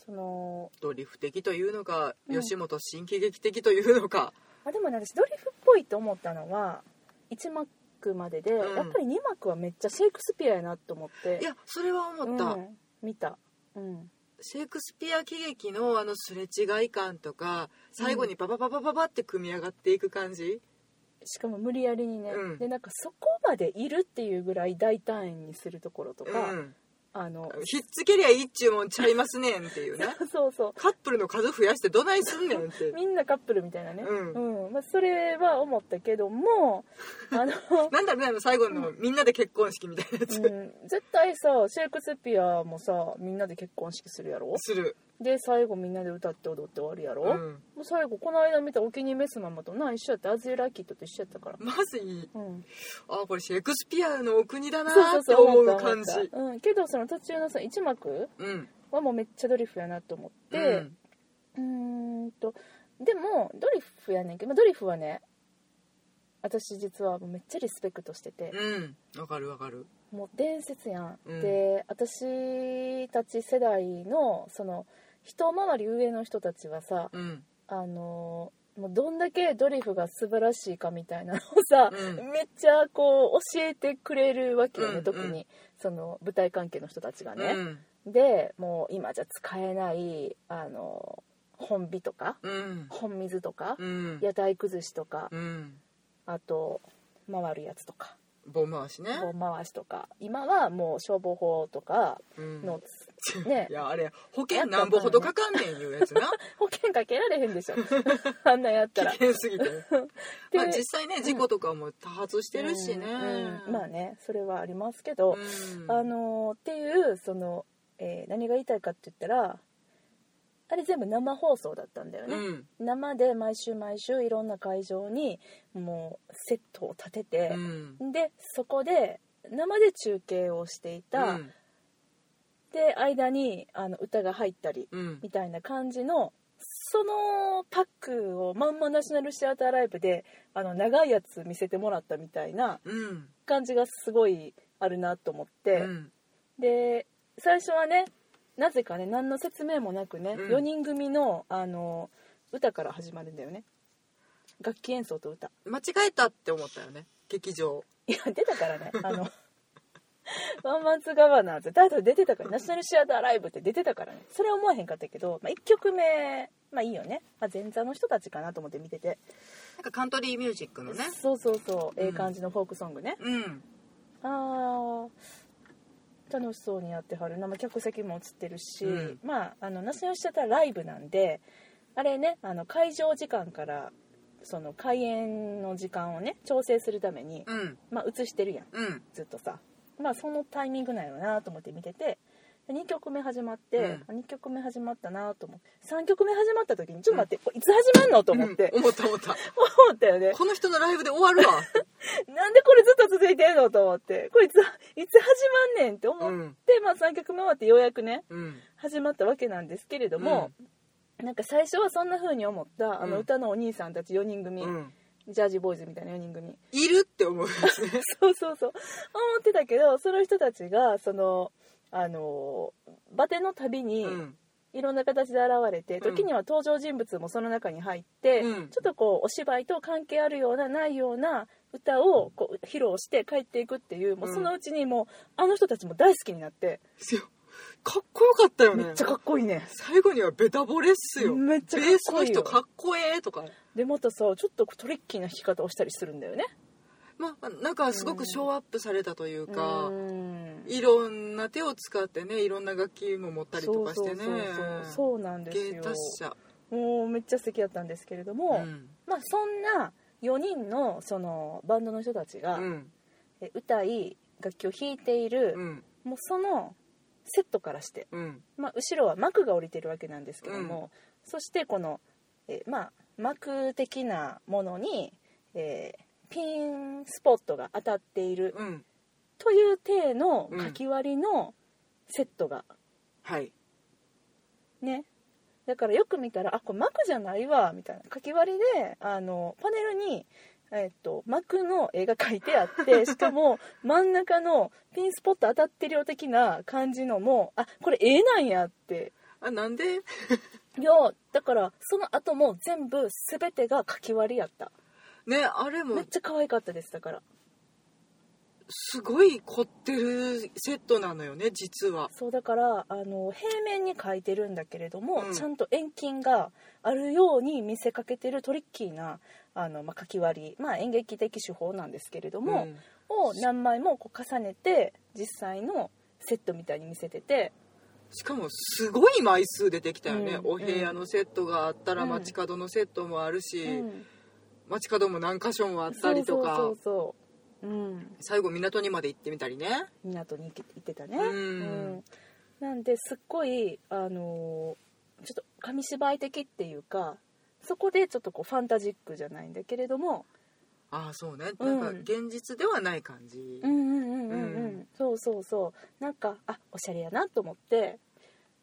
A: その
B: ドリフ的というのか、
A: うん
B: 吉本新喜劇的というのか
A: あでもね私ドリフっぽいと思ったのは1幕までで、
B: うん
A: やっぱり2幕はめっちゃシェイクスピアやなと思って
B: いやそれは思った、
A: うん、見た、うん、
B: シェイクスピア喜劇のあのすれ違い感とか最後にババババババって組み上がっていく感じ、
A: しかも無理やりにね、
B: うん
A: でなんかそこまでいるっていうぐらい大単位にするところと
B: うん
A: か、あの
B: ひっつけりゃいいっちゅうもんちゃいますねんっていうね
A: そうそ
B: カップルの数増やしてどないすんねんって
A: うみんなカップルみたいなね、
B: う
A: うんまあ、それは思ったけど もあの、
B: なんだろうねあの最後のみんなで結婚式みたいなや
A: う
B: つ、
A: ん、絶対さシェイクスピアもさみんなで結婚式するやろ
B: する、
A: で最後みんなで歌って踊って終わるやろ、
B: う
A: も
B: ん、
A: う最後この間見たお気に召すままとな一緒やったアズユラキッドと一緒やったから、
B: まずいい
A: うん、
B: あこれシェイクスピアのお国だな
A: そ
B: ー
A: う
B: っ
A: そ
B: て
A: うそう思
B: 思う
A: った思
B: 感
A: っ
B: じ
A: たうん、けどその途中のその1幕
B: うん
A: はもうめっちゃドリフやなと思ってうーんとでもドリフやねんけどまあドリフはね私実はめっちゃリスペクトしてて
B: う、んうんわかるわかる
A: もう伝説やん、
B: うん
A: で私たち世代のその一回り上の人たちはさ
B: うん
A: あのーもうどんだけドリフが素晴らしいかみたいなのをさ、
B: うん
A: めっちゃこう教えてくれるわけよね、
B: うんうん
A: 特にその舞台関係の人たちがね、
B: うん
A: でもう今じゃ使えないあの本火とか
B: うん
A: 本水とか、
B: うん
A: 屋台崩しとか、
B: うん
A: あと回るやつとか
B: 棒回しね
A: 棒回しとか今はもう消防法とか
B: うん
A: の、ね
B: いやあれ保険なんぼほどかかんねんいうやつ な
A: 保険かけられへんでしょ あんなんやった
B: 危
A: ら。
B: 険すぎて、
A: で
B: まあ、実際ね事故とかも多発してるしね、
A: うんうんまあねそれはありますけど、
B: うん
A: あのーっていうその、えー何が言いたいかって言ったらあれ全部生放送だったんだよね。
B: うん
A: 生で毎週毎週いろんな会場にもうセットを立てて
B: う、ん
A: でそこで生で中継をしていた、
B: うん
A: で間にあの歌が入ったり
B: うん
A: みたいな感じのそのパックをまんまナショナルシアターライブであの長いやつ見せてもらったみたいな
B: うん
A: 感じがすごいあるなと思って、
B: うん
A: で最初はねなぜかね何の説明もなくね、
B: うん
A: 4人組のあの歌から始まるんだよね楽器演奏と歌
B: 間違えたって思ったよね劇場
A: いや出たからねあの ワンマンツーガバナーズタイトル出てたからナショナルシアターライブって出てたからねそれは思わへんかったけど、まあ、1曲目まあいいよね、まあ、前座の人たちかなと思って見てて、
B: なんかカントリーミュージックのね
A: そうそうそう、ええ
B: うん
A: 感じのフォークソングね
B: うん
A: あー楽しそうにやってはる生客席も映ってるし、
B: うん
A: まああのナショナルシアターライブなんであれねあの会場時間からその開演の時間をね調整するために、
B: うん
A: まあ、映してるやん
B: うん
A: ずっとさまあそのタイミングなんやろなと思って見てて2曲目始まって、2曲目始まったなと思って3曲目始まった時にちょっと待って、これいつ始まんのと思って、
B: うん思った思った
A: 思ったよね
B: この人のライブで終わ るわ
A: なんでこれずっと続いてんのと思ってこれいついつ始まんねんって思って、
B: うん
A: まあ、3曲目終わってようやくね
B: うん
A: 始まったわけなんですけれども、なんか最初はそんな風に思ったあの
B: うん
A: 歌のお兄さんたち4人組、
B: うん
A: ジャージボーイズみたいな4人組
B: いるって思う
A: そうそうそう思ってたけどその人たちがそのあのバテの旅に
B: うん
A: いろんな形で現れて、時には登場人物もその中に入って、
B: うん
A: ちょっとこうお芝居と関係あるようなないような歌をこう披露して帰っていくっていうもう
B: うん
A: そのうちにもうあの人たちも大好きになって、
B: かっこよかったよね
A: めっちゃかっこいいね
B: 最後にはベタボレっすよ
A: めっちゃかっ
B: ベース
A: こ
B: の
A: いいよ
B: 人かっこええとか
A: でまたさちょっとトリッキーな弾き方をしたりするんだよね
B: まあなんかすごくショーアップされたというか、
A: うん
B: いろんな手を使ってねいろんな楽器も持ったりとかしてね
A: そうそうそうそうそうなんです
B: 芸
A: よ
B: 達者
A: もうめっちゃ素敵だったんですけれども、
B: うん
A: まあそんな4人のそのバンドの人たちが、
B: うん
A: え歌い楽器を弾いている、
B: うん
A: もうそのセットからして、
B: うん
A: まあ、後ろは幕が降りてるわけなんですけども、そしてこの、えーまあ、幕的なものに、えーピンスポットが当たっている
B: うん
A: という体の
B: うん
A: かき割りのセットが
B: はい
A: ねだからよく見たら「あこれ幕じゃないわ」みたいなかき割りであのパネルに、えっと幕の絵が描いてあってしかも真ん中のピンスポット当たってるよ的な感じのもあこれ絵なんやって
B: あなんで
A: いやだからその後も全部全てがかき割りやった
B: ねあれ
A: め
B: も
A: っちゃ可愛かったですだから
B: すごい凝ってるセットなのよね実は
A: そうだからあの平面に描いてるんだけれども、
B: うん
A: ちゃんと遠近があるように見せかけてるトリッキーなあの、まあ、書き割り、まあ、演劇的手法なんですけれども、
B: ん
A: を何枚もこう重ねて実際のセットみたいに見せてて
B: しかもすごい枚数出てきたよね、
A: うん
B: お部屋のセットがあったら
A: うん
B: 街角のセットもあるし、
A: うん
B: 街角も何箇所もあったりとか
A: そうそうそうそう、うん、
B: 最後港にまで行ってみたりね
A: 港に行け行ってたね、
B: うん
A: うんなんですっごい、あのーちょっと紙芝居的っていうかそこでちょっとこうファンタジックじゃないんだけれども
B: ああそうね
A: う
B: なんんか現実ではない感じ
A: うんうんうんうんう
B: うん
A: そうそうそうなんかあおしゃれやなと思って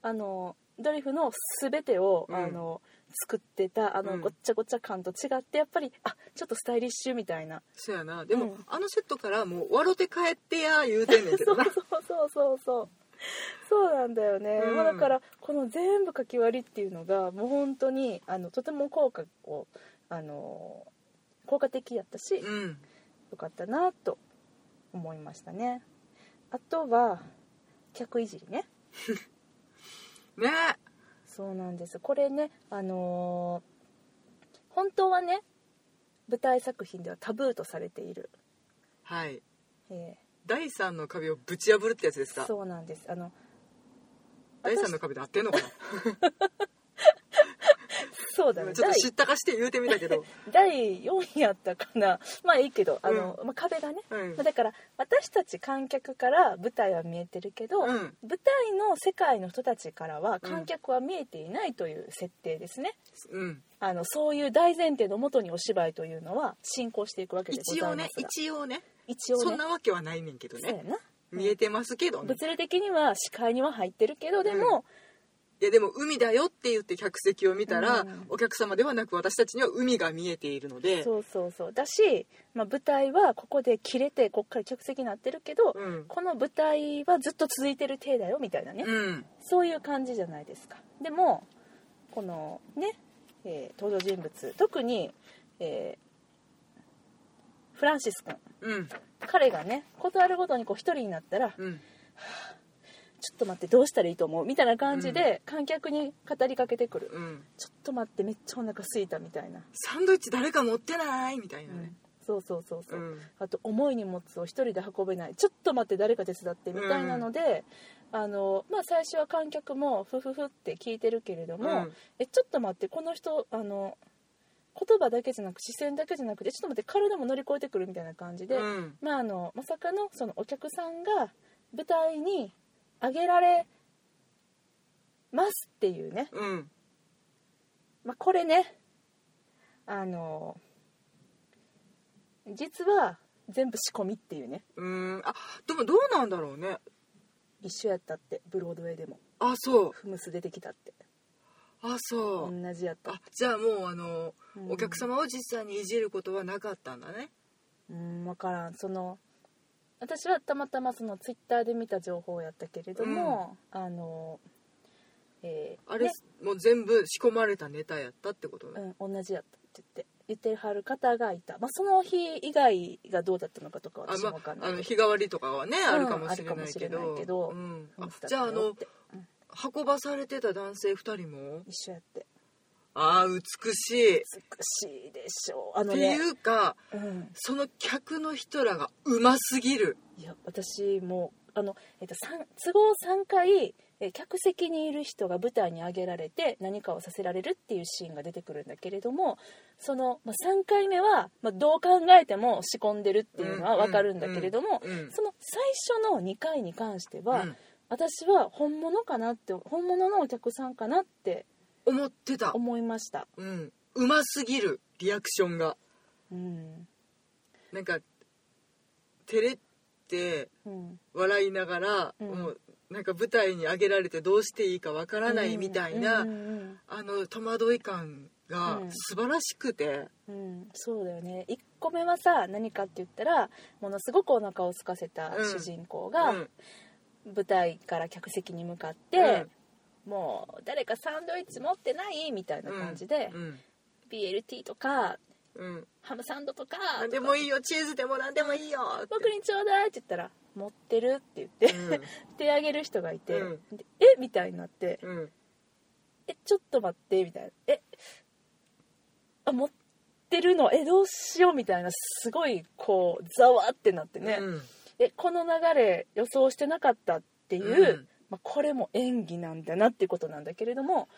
A: あのドリフの全てを、
B: うん
A: あの作ってたあ
B: う
A: の
B: ん
A: ごっちゃごっちゃ感と違ってやっぱりあちょっとスタイリッシュみたいな
B: そやなでも、
A: うん
B: あのセットからもう「笑て帰ってや」言うてんねんけ
A: そう
B: ど
A: そ
B: な
A: うそうそうそうそうなんだよね、
B: うん
A: まあだからこの全部かき割りっていうのがもう本当にあのとても効果をあの効果的やったし、よ
B: うん
A: かったなと思いましたねあとは客いじりね
B: ね
A: そうなんですこれねあのー本当はね舞台作品ではタブーとされている、
B: はい
A: え
B: 第三の壁をぶち破るってやつです
A: ー
B: か
A: そうなんですあの
B: 第三の壁で合ってんのかな
A: そうだね
B: 今ちょっと知ったかして言うてみたけど、
A: 第4位やったかな まあいいけどあの、まあ、壁がね、
B: うん
A: まあ、だから私たち観客から舞台は見えてるけど、
B: う
A: 舞
B: ん、
A: 台の世界の人たちからは観客は見えていないという設定ですね、
B: うん、
A: あのそういう大前提のもとにお芝居というのは進行していくわけでご
B: 一
A: ざ
B: 応
A: いま
B: ね
A: すが
B: 一応ね
A: 一応ね
B: そんなわけはないねんけど
A: そうや
B: ね
A: な、
B: 見えてますけどね、
A: 物理的には視界には入ってるけどでも、
B: いやでも海だよって言って客席を見たら、
A: うん
B: お客様ではなく私たちには海が見えているので
A: そうそうそうだし、まあ、舞台はここで切れてこっから客席になってるけど、
B: うん、
A: この舞台はずっと続いてる体だよみたいなね、
B: うん、
A: そういう感じじゃないですかでもこのね、えー登場人物特に、えーフランシス君
B: うん、
A: 彼がね事あるごとにこう一人になったら
B: うん、
A: ちょっと待ってどうしたらいいと思うみたいな感じで観客に語りかけてくる、
B: うん、
A: ちょっと待ってめっちゃお腹すいたみたいな、
B: サンドイッチ誰か持ってないみたいなね、
A: そうそうそう
B: う
A: そう、
B: ん、
A: あと重い荷物を一人で運べないちょっと待って誰か手伝ってみたいなので、あのまあ、最初は観客もフフフって聞いてるけれども、
B: うん
A: えちょっと待ってこの人あの言葉だけじゃなく視線だけじゃなくてちょっと待って体も乗り越えてくるみたいな感じで、
B: うん、
A: まあ、あのまさかのそのお客さんが舞台に上げられますっていうね、
B: うん、
A: まあ、これねあの実は全部仕込みっていうね
B: うん、あ、でもどうなんだろうね。
A: 一緒やったってブロードウェイでも
B: あ、そう、
A: フムス出てきたって
B: あ、そ
A: 同
B: う、
A: じやった
B: あ、じゃあもうあの
A: うん
B: お客様を実際にいじることはなかったんだね。
A: うん分からんその私はたまたまそのツイッターで見た情報やったけれども、あのえー
B: あれ、
A: ね
B: もう全部仕込まれたネタやったってことね。
A: うん、同じやったって言って言ってはる方がいた、まあ、その日以外がどうだったのかとか
B: あ
A: 私
B: ま
A: も分かん
B: あ、
A: な
B: あ
A: い
B: の
A: けど
B: 日替わりとかはね、
A: ん
B: あるかもしれ
A: あるか
B: な
A: も
B: い
A: し
B: け
A: れない
B: ど
A: けど
B: うん、
A: フ
B: あ
A: ムスだっ
B: じゃあ
A: た
B: あ
A: よ
B: の
A: ってうん
B: 運ばされてた男性2人も
A: 一緒やって
B: ああ美しいっ
A: 美しいでしょうあの
B: て
A: ね
B: いうか
A: うん、
B: その客の人らがうますぎる
A: いや私もあの、えっと、三都合3回え客席にいる人が舞台に上げられて何かをさせられるっていうシーンが出てくるんだけれどもその、まあ、3回目は、まあ、どう考えても仕込んでるっていうのは
B: うんうん
A: 分かるんだけれども、
B: うん
A: その最初の2回に関しては、
B: うん
A: 私は本物かなって本物のお客さんかなって
B: 思ってた
A: 思いました。
B: うんうますぎるリアクションが
A: うん
B: なんか照れて
A: うん
B: 笑いながら、
A: うん
B: もうなんか舞台に上げられてどうしていいかわからないみたいな、
A: うんうんうん
B: あの戸惑い感が
A: うん
B: 素晴らしくて、
A: うん、そうだよね1個目はさ何かって言ったらものすごくお腹を空かせた
B: うん
A: 主人公
B: う
A: が
B: ん
A: 舞台から客席に向かって、もう誰かサンドイッチ持ってないみたいな感じで、
B: うん
A: BLT とか
B: うんうん
A: ハムサンドとか
B: 何でもいいよチーズでも何でもいいよって
A: 僕にちょうだいって言ったら持ってるって言って、手あげる人がいて、
B: うん
A: でえみたいになって、
B: うんうん
A: えちょっと待ってみたいなえあ持ってるのえどうしようみたいなすごいこうざわってなってね、
B: うん
A: えこの流れ予想してなかったっていう、
B: うん
A: まあ、これも演技なんだなっていうことなんだけれども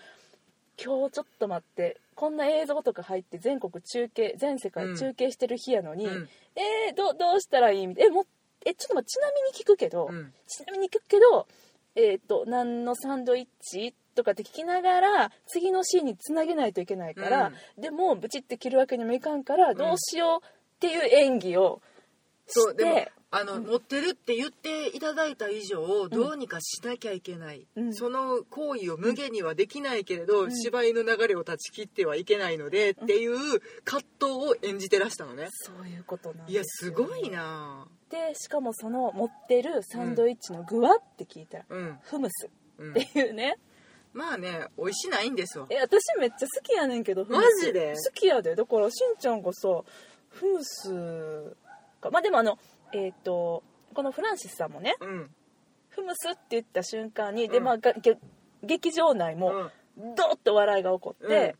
A: 今日ちょっと待ってこんな映像とか入って全国中継全世界中継してる日やのに、
B: うん
A: えーどどうしたらいいみたいなえもうえちょっと待ってちなみに聞くけど、
B: うん
A: ちなみに聞くけどえっ、と何のサンドイッチとかって聞きながら次のシーンにつなげないといけないから、でもブチって切るわけにもいかんからどうしようっていう演技をして、
B: そうでもあの、持ってるって言っていただいた以上どうにかしなきゃいけない、
A: うん
B: その行為を無限にはできないけれど、
A: ん
B: 芝居の流れを断ち切ってはいけないので、っていう葛藤を演じてらしたのね、
A: そういうことなん
B: いや
A: です
B: す
A: よ
B: ごいな
A: でしかもその持ってるサンドイッチの具はって聞いたら、
B: うん、
A: フムス
B: うん
A: っていうね
B: まあね美味しないんですわ
A: え私めっちゃ好きやねんけどフムス
B: マジで
A: 好きやでだからしんちゃんがさフムスかまあでもあのえっ、とこのフランシスさんもね
B: うん
A: フムスって言った瞬間に、
B: ん
A: でまあがげ劇場内
B: う
A: も
B: ん
A: ドッと笑いが起こって、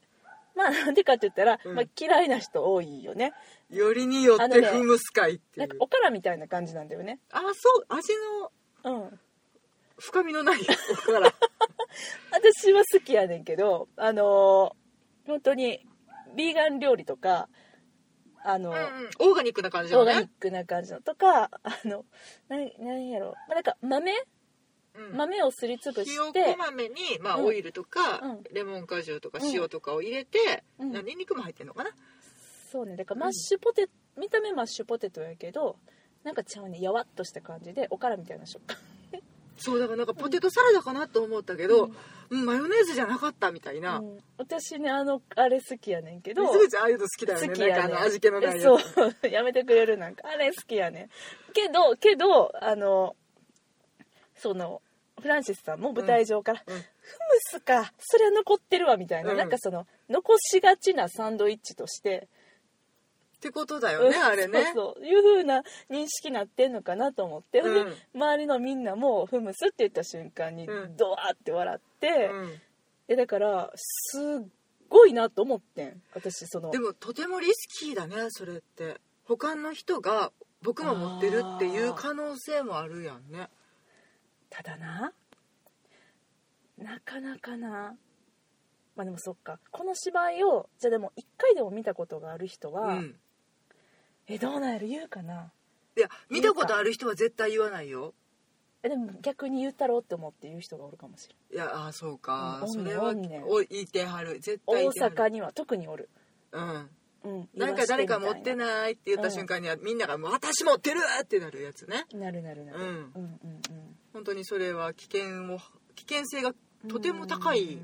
A: まあなんでかって言ったら、
B: うん
A: まあ、嫌いな人多いよね
B: よりによ
A: あ
B: っ
A: の
B: て
A: ね
B: フムス会ってい
A: なん
B: う
A: かおからみたいな感じなんだよね
B: あそう味の
A: うん
B: 深みのない おから
A: 私は好きやねんけどあのー本当にビーガン料理とかあの
B: う
A: ー、
B: ん、うん、オーガニックな感じ
A: オ
B: の
A: ーガニ
B: ね
A: ッ、クな感じのとかあの何何やろまあなんか豆
B: うん、
A: 豆をすりつぶ
B: ひ
A: し
B: よ
A: て
B: こ豆に、まあ、
A: うん
B: オイルとか、
A: うん
B: レモン果汁とか塩とかを入れて、
A: うん
B: なニンニクも入ってんのかな、
A: そうねだからマッシュポテ、見た目マッシュポテトやけどなんかちゃうねやわっとした感じでおからみたいな食感
B: そうだからなんかポテトサラダかなと思ったけど、うんマヨネーズじゃなかったみたいな、
A: うん私ねあのあれ好きやねんけど
B: 水口ああいうの好きだよね
A: 好きや
B: なん
A: ね
B: かあの味気のないやつ
A: そう やめてくれるなんかあれ好きやねんけどけどあのそのフランシスさんも舞台上から、
B: うんうん
A: フムスかそれは残ってるわみたいな、
B: うん
A: なんかその残しがちなサンドイッチとして
B: ってことだよね、
A: うん
B: あれね
A: そうそういう風な認識になってんのかなと思って、
B: うん
A: で周りのみんなも「フムス」って言った瞬間に
B: うん
A: ドワーって笑って、
B: うん
A: えだからすっごいなと思ってん私その
B: でもとてもリスキーだねそれって他の人が僕も持ってるっていう可能性もあるやんね
A: ただななかなかなまあでもそっかこの芝居をじゃあでも1回でも見たことがある人
B: う
A: は、
B: ん
A: えどうなんやろ言うかない
B: や見たことある人は絶対言わないよ
A: えでも逆に言ったろうって思って言う人がおるかもしれない
B: いやあーそうか、
A: うん
B: それは
A: おんねん
B: お言いてはる絶対言いて
A: 大
B: はる
A: 阪には特におる、
B: うん
A: うん、
B: なんか誰か持って
A: い
B: ないって言っ
A: う
B: た
A: ん
B: 瞬間にはみんなが「もう私持ってる!」ってなるやつね
A: なるなるなる、
B: うん
A: うんうん
B: 本当にそれは危険を危険性が
A: うん
B: とても高い
A: うんい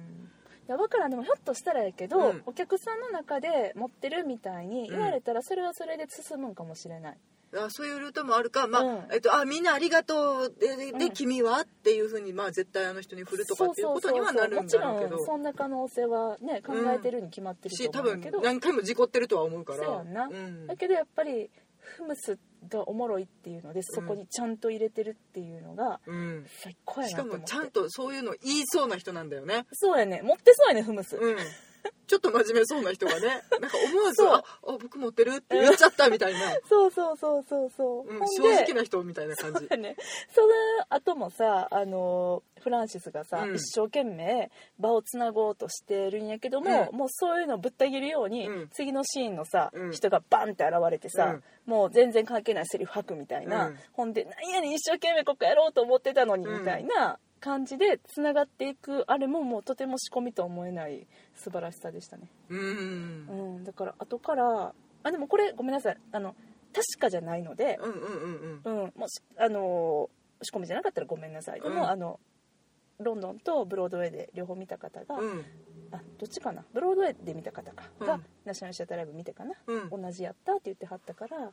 A: や分からんでもひょっとしたらやけど、
B: うん
A: お客さんの中で持ってるみたいに言われたらそれはそれで進むんかもしれない、
B: あそういうルートもあるか、まあ
A: うん
B: えっと、あみんなありがとうででで、
A: うん
B: 君はっていうふうに、まあ、絶対あの人に振るとかっていうことにはなるんだろう
A: もち
B: け
A: ろん
B: ど
A: そんな可能性はね考えてるに決まってる
B: し
A: と
B: 多
A: 思うん
B: 分
A: だけど、
B: 何回も事故ってるとは思うから
A: そうやんな
B: うん
A: だけどやっぱりフムスがおもろいっていうのでそこにちゃんと入れてるっていうのが
B: うん
A: 最高や
B: し
A: なと
B: か
A: 思っ
B: も
A: て
B: ちゃんとそういうの言いそうな人なんだよね、
A: そうやね持ってそうやねフムス、
B: うん、ちょっと真面目そうな人 がねなんか思わず「
A: そう
B: ああ僕持ってる」って言っちゃったみたいな、
A: そうそうそうそうそう、
B: うん、
A: ほん で
B: 正直な人みたいな感
A: そう
B: じ
A: やね その後もさあのフランシスがさ、
B: うん
A: 一生懸命場をつなごうとしてるんやけども、
B: う
A: もうそういうのぶった切るように、
B: うん
A: 次のシーンのさ、
B: うん
A: 人がバンって現れてさ、もう全然関係ないセリフ吐くみたいな、
B: うん
A: ほんでなんやねん一生懸命ここやろうと思ってたのに
B: うん
A: みたいな感じでつながっていくあれももうとても仕込みとは思えない素晴らしさでしたね、
B: うん、うん
A: う、ん、だから後からあでもこれごめんなさいあの確かじゃないので、
B: うんうんうんう
A: う
B: ん
A: ん、もしあのー仕込みじゃなかったらごめんなさい、で
B: うん
A: もあのロンドンとブロードウェイで両方見た方が、
B: うん
A: あどっちかなブロードウェイで見た方かが、
B: うん
A: ナショナルシアターライブ見てかな、
B: うん
A: 同じやったって言ってはったから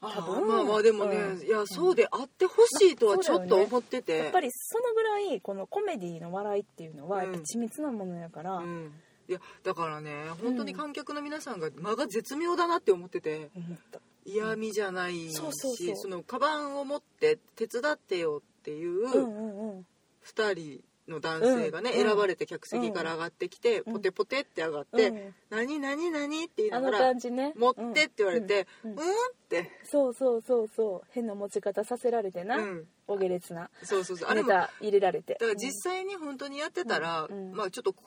B: あ
A: 多分
B: ーまあまあでもね、
A: うん
B: いやそうであってほしいとはちょっと思ってて、
A: やっぱりそのぐらいこのコメディの笑いっていうのは
B: うん
A: やっぱ緻密なものやから、うん
B: うん、いやだからね本当に観客の皆さんが間が絶妙だなって思ってて
A: 思った
B: 嫌味じゃないし、
A: そうそうそう
B: のカバンを持って手伝ってよっていう
A: うん
B: 2
A: うんうん
B: 人の男性がね、
A: うん
B: 選ばれて客席から上がってきて、
A: うん
B: ポテポテって上がって「
A: うん
B: 何何何?」って言い
A: あ
B: な
A: の
B: がら
A: 感じね
B: 「持って」って言われて「
A: う
B: うんん?
A: うん」
B: って、
A: そうそうそうそう変な持ち方させられてな、
B: うん、
A: お下劣な
B: そうそうそうあ
A: ネ
B: れもだ
A: タ入れられて
B: から実際に本当にやってたら、
A: うんうん
B: まあちょっとこ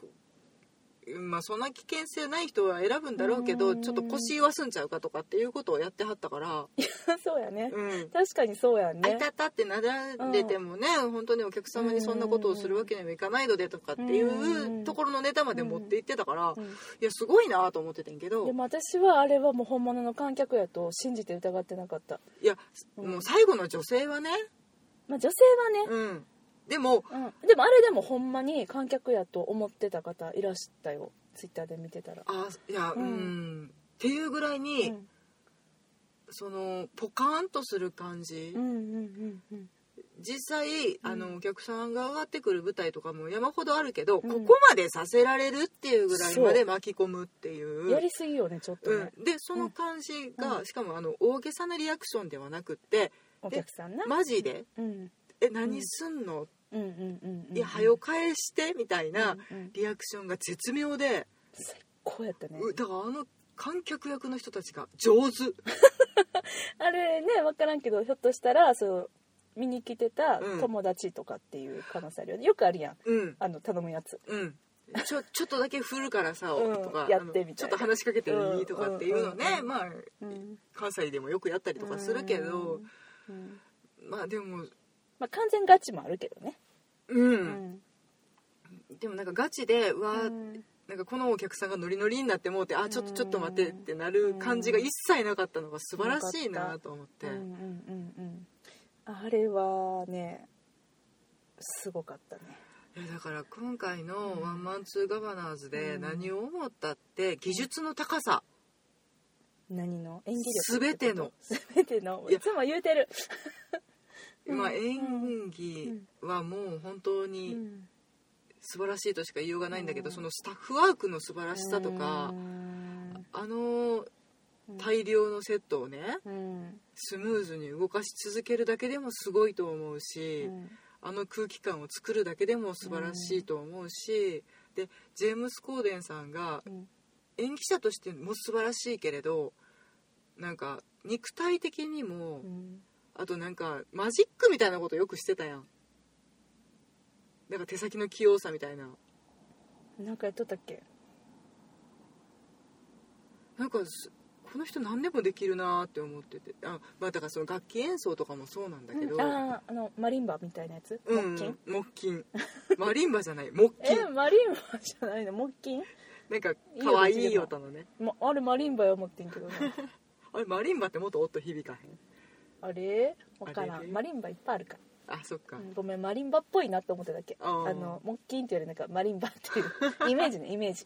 B: まあそんな危険性ない人は選ぶんだろうけど、
A: うん
B: ちょっと腰言わすんちゃうかとかっていうことをやってはったから、
A: うんそうやね、
B: う
A: 確
B: ん、
A: かにそうやん
B: あ
A: ね
B: いたたってなだれてもね、本当にお客様にそんなことをするわけにはいかないのでとかってい
A: んうん
B: うところのネタまで持っていってたから、
A: うん
B: いやすごいなと思っててんけど
A: でも私はあれはもう本物の観客やと信じて疑ってなかった、
B: いや、
A: うん
B: もう最後の女性はね、
A: まあ、女性はね、
B: うん、でも
A: うんでもあれでもほんまに観客やと思ってた方いらしたよツイッターで見てたら
B: あいやう
A: うん
B: ん、っていうぐらいに、
A: うん
B: そのポカーンとする感じ、
A: うんうんうんうん
B: 実際あの、お客さんが上がってくる舞台とかも山ほどあるけ
A: う
B: ど、
A: ん
B: ここまでさせられるっていうぐらいまで巻き込むっていう
A: やりすぎよねちょっとね、
B: うん、でその感じが、しかもあの大げさなリアクションではなくって
A: お客さんな、
B: マジで
A: うん、
B: 「え何すんの
A: うんうんうんうん
B: いやはよ返して」みたいな
A: うんうん
B: リアクションが絶妙で、
A: 最高やったね
B: うだからあの観客役の人たちが上手、
A: あれね分からんけどひょっとしたらそう見に来てた友達とかっていう可能性あるよねよくあるやん
B: うん
A: あの頼むやつ
B: うん、ちょちょっとだけ振るからさ、
A: うん
B: とか
A: やって
B: あの
A: み
B: ち
A: た
B: ょ
A: いな
B: っと話しかけていいとかっていうのね、
A: うん
B: まあ
A: うん
B: 関西でもよくやったりとかするけど、
A: うんうん
B: まあでも
A: まあ、完全ガチもあるけどね、
B: うん、
A: うん
B: でもなんかガチでうわー、
A: うん
B: なんかこのお客さんがノリノリになってもうてあちょっとちょっと待ってってなる感じが一切なかったのが素晴らしいなと思って、
A: うんうんうんうんあれはねすごかったね
B: いやだから今回の「ワンマンツーガバナーズ」で何を思ったって技術の高さ、
A: 何の演技力
B: 全ての
A: 全ての
B: い
A: い
B: や
A: つも言う てる
B: まあ、演技はもう本当
A: う
B: に
A: ん
B: 素晴らしいとしか言いようがないんだけど、
A: うん
B: そのスタッフワークの素晴らしさとか、あの大量のセットをね
A: うん
B: スムーズに動かし続けるだけでもすごいと思う
A: う
B: し、
A: ん
B: あの空気感を作るだけでも素晴らしいと思うし、でジェームス・コーデンさんが
A: うん
B: 演技者としても素晴らしいけれどなんか肉体的にも、
A: うん
B: あとなんかマジックみたいなことよくしてたやんなんか手先の器用さみたいな
A: なんかやっとったっけ
B: なんかすこの人何でもできるなーって思っててあまあだからその楽器演奏とかもそうなんだけど、
A: うんあああのマリンバみたいなやつ木
B: うん
A: 琴
B: 木琴マリンバじゃない木
A: え
B: 琴
A: マリンバじゃないの木琴
B: なんか可愛い音のね
A: まあれマリンバや思ってんけどな
B: あれマリンバってもっと音響かへん
A: あれわから
B: あれ
A: んマリンバいっぱいあるから
B: あそっか、
A: うんごめんマリンバっぽいなと思っただけ
B: あー
A: あの木琴っていうよりなんかマリンバっていう イメージねイメージ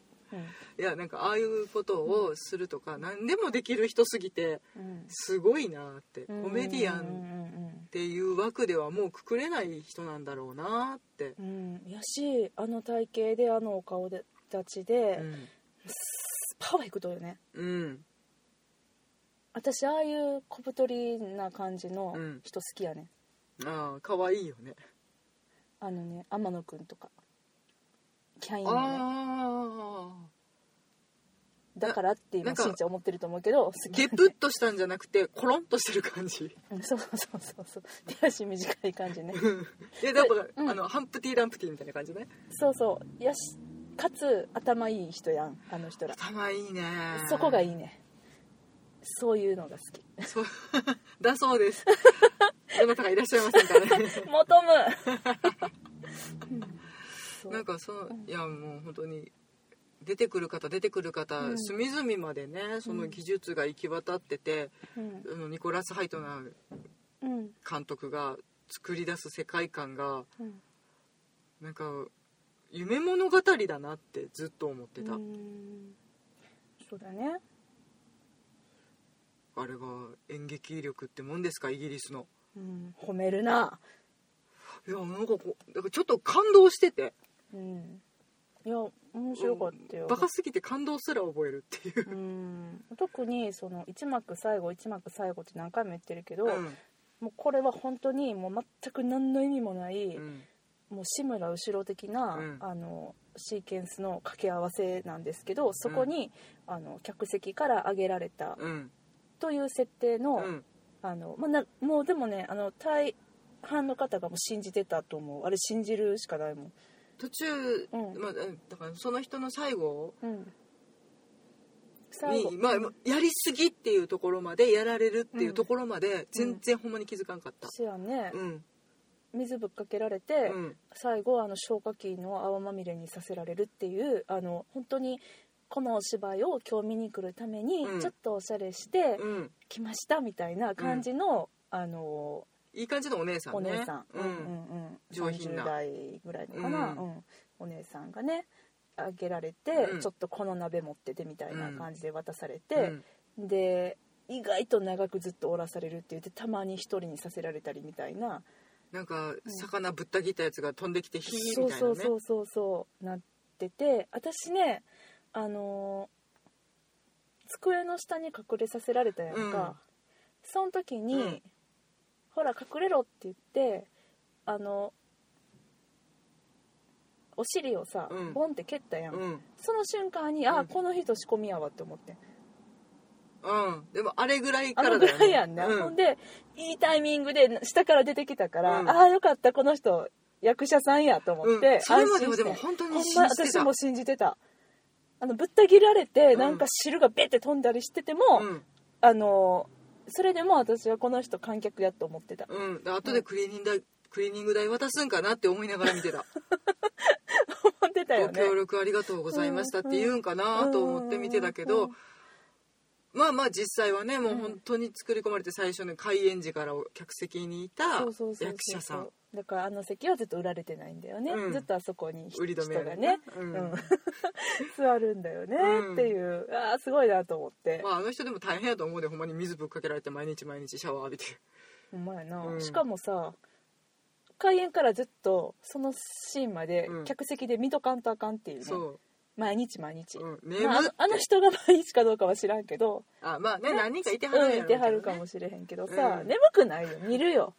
B: いやなんかああいうことをするとか、何でもできる人すぎて
A: うん
B: すごいなーって、
A: うん
B: コメディアンっていう枠ではもうくくれない人なんだろうなーって、
A: うんうんうんやしあの体型であのお顔で立ちで、
B: うん
A: パーフェクトよね
B: うん、
A: 私ああいう小太りな感じの
B: うん
A: 人好きやね、
B: ああ可愛いよね
A: あのね天野くんとかキャインのね
B: ああ
A: だからって
B: な
A: 今
B: んか
A: しんちゃん思ってると思うけど好き
B: ゲプッとしたんじゃなくてコロンとしてる 感じ
A: うんそうそうそうそう手足短い感 じね
B: いやだから、
A: うん
B: あのハンプティーランプティーみたいな感じね
A: そうそうやしかつ頭いい人やんあの人ら
B: 頭いいね
A: そこが
B: い
A: いいねそういうのが好き
B: そう だそうですどなたかいらっしゃいませんかね
A: 求む、 うんそう
B: なんかそういやもう本当に出てくる方出てくる方、
A: うん
B: 隅々までねその技術が行き渡ってて、
A: うん
B: あのニコラス・ハイトナー
A: うん
B: 監督が作り出す世界観が
A: うん
B: なんか夢物語だなってずっと思ってた、
A: うんそうだね
B: あれが演劇力ってもんですかイギリスの
A: うん褒めるない
B: やなんかこうだからちょっと感動してて
A: うんいや面白かったよ、
B: バカすぎて感動すら覚えるっていう、
A: うん特にその一幕最後一幕最後って何回も言ってるけど、
B: うん
A: もうこれは本当にもう全く何の意味もない、
B: うん
A: もう志村後ろ的な、
B: うん
A: あのシーケンスの掛け合わせなんですけどそこに、あの客席から上げられた
B: うん
A: という設定の,、
B: うん
A: あのまあ、なもうでもねあの大半の方がもう信じてたと思うあれ信じるしかないもん。
B: 途中、
A: うん
B: まあ、だからその人の最後
A: うん、最後
B: に、まあ、やりすぎっていうところまでやられるっていうところまで全然ほんまに気づかんかった、
A: そやね、
B: うん
A: 水ぶっかけられて、
B: うん
A: 最後あの消火器の泡まみれにさせられるっていうあの本当にこのお芝居を今日見に来るために
B: うん
A: ちょっとおしゃれして
B: うん、
A: 来ましたみたいな感じの、あの
B: いい感じのお姉さんね
A: お姉さん、
B: うん
A: うんうんうん、
B: 上品な
A: 30代ぐらいのかな、
B: う
A: うんんお姉さんがねあげられて、
B: うん
A: ちょっとこの鍋持っててみたいな感じで渡され
B: う
A: て、
B: ん
A: で意外と長くずっとおらされるって言ってたまに一人にさせられたりみたいな。
B: なんか魚ぶった切ったやつが飛んできてヒーみたい
A: そ
B: な
A: う
B: ね
A: そうそうそうそうなってて私ねあのー机の下に隠れさせられたやんか、
B: うん
A: その時に、
B: うん
A: ほら隠れろって言ってあのお尻をさ、
B: うん
A: ボンって蹴ったやん、
B: うん
A: その瞬間にあ、
B: うん
A: この人仕込みやわって思ってん
B: うん、でもあれぐらいか
A: あ
B: ら
A: の
B: だ
A: ぐ
B: よ、ね、
A: らいやんな、ほんでいいタイミングで下から出てきたから、
B: うん
A: ああよかったこの人役者さんやと思
B: う
A: っ
B: ん
A: て、
B: それまで
A: 安心
B: は
A: して
B: でも本当
A: ほん
B: に信
A: ま
B: じて
A: 私
B: た、
A: も信じてたあのぶった切られて、
B: うん
A: なんか汁がベって飛んだりしてても、
B: うん
A: あのそれでも私はこの人観客やと思ってた
B: うん、で後でクリーニング代クリーニング代渡すんかなって思いながら見てた
A: 思ってたたよ
B: ご
A: ね
B: 協力ありがとうございましたって言うんかなと思って見てたけ
A: うんうん
B: ど
A: うん
B: まあまあ実際はねもううん本当に作り込まれて最初の開演時から客席にいた
A: そうそうそうそう
B: 役者さん
A: だからあの席はずっと売られてないんだよね、
B: うん
A: ずっとあそこに人
B: 売り止めら
A: 人
B: れ
A: が
B: て
A: ね、
B: う
A: うんん座るんだよね、
B: うん
A: っていうああすごいなと思って、
B: まああの人でも大変やと思うでほんまに水ぶっかけられて毎日毎日シャワー浴びて
A: ほんまやな、
B: うん
A: しかもさ開演からずっとそのシーンまで
B: うん
A: 客席で見とかんとあかんって いうね、
B: そ
A: 毎日毎日、
B: う、うん、
A: まあ、あ
B: 眠っ
A: のあの人が毎日かどうかは知らんけど、
B: あまあね何人かいては
A: う
B: る
A: ん、い
B: んやろ
A: て
B: うけどね
A: はるかもしれへんけどさ、
B: うん
A: 眠くないよ見るよ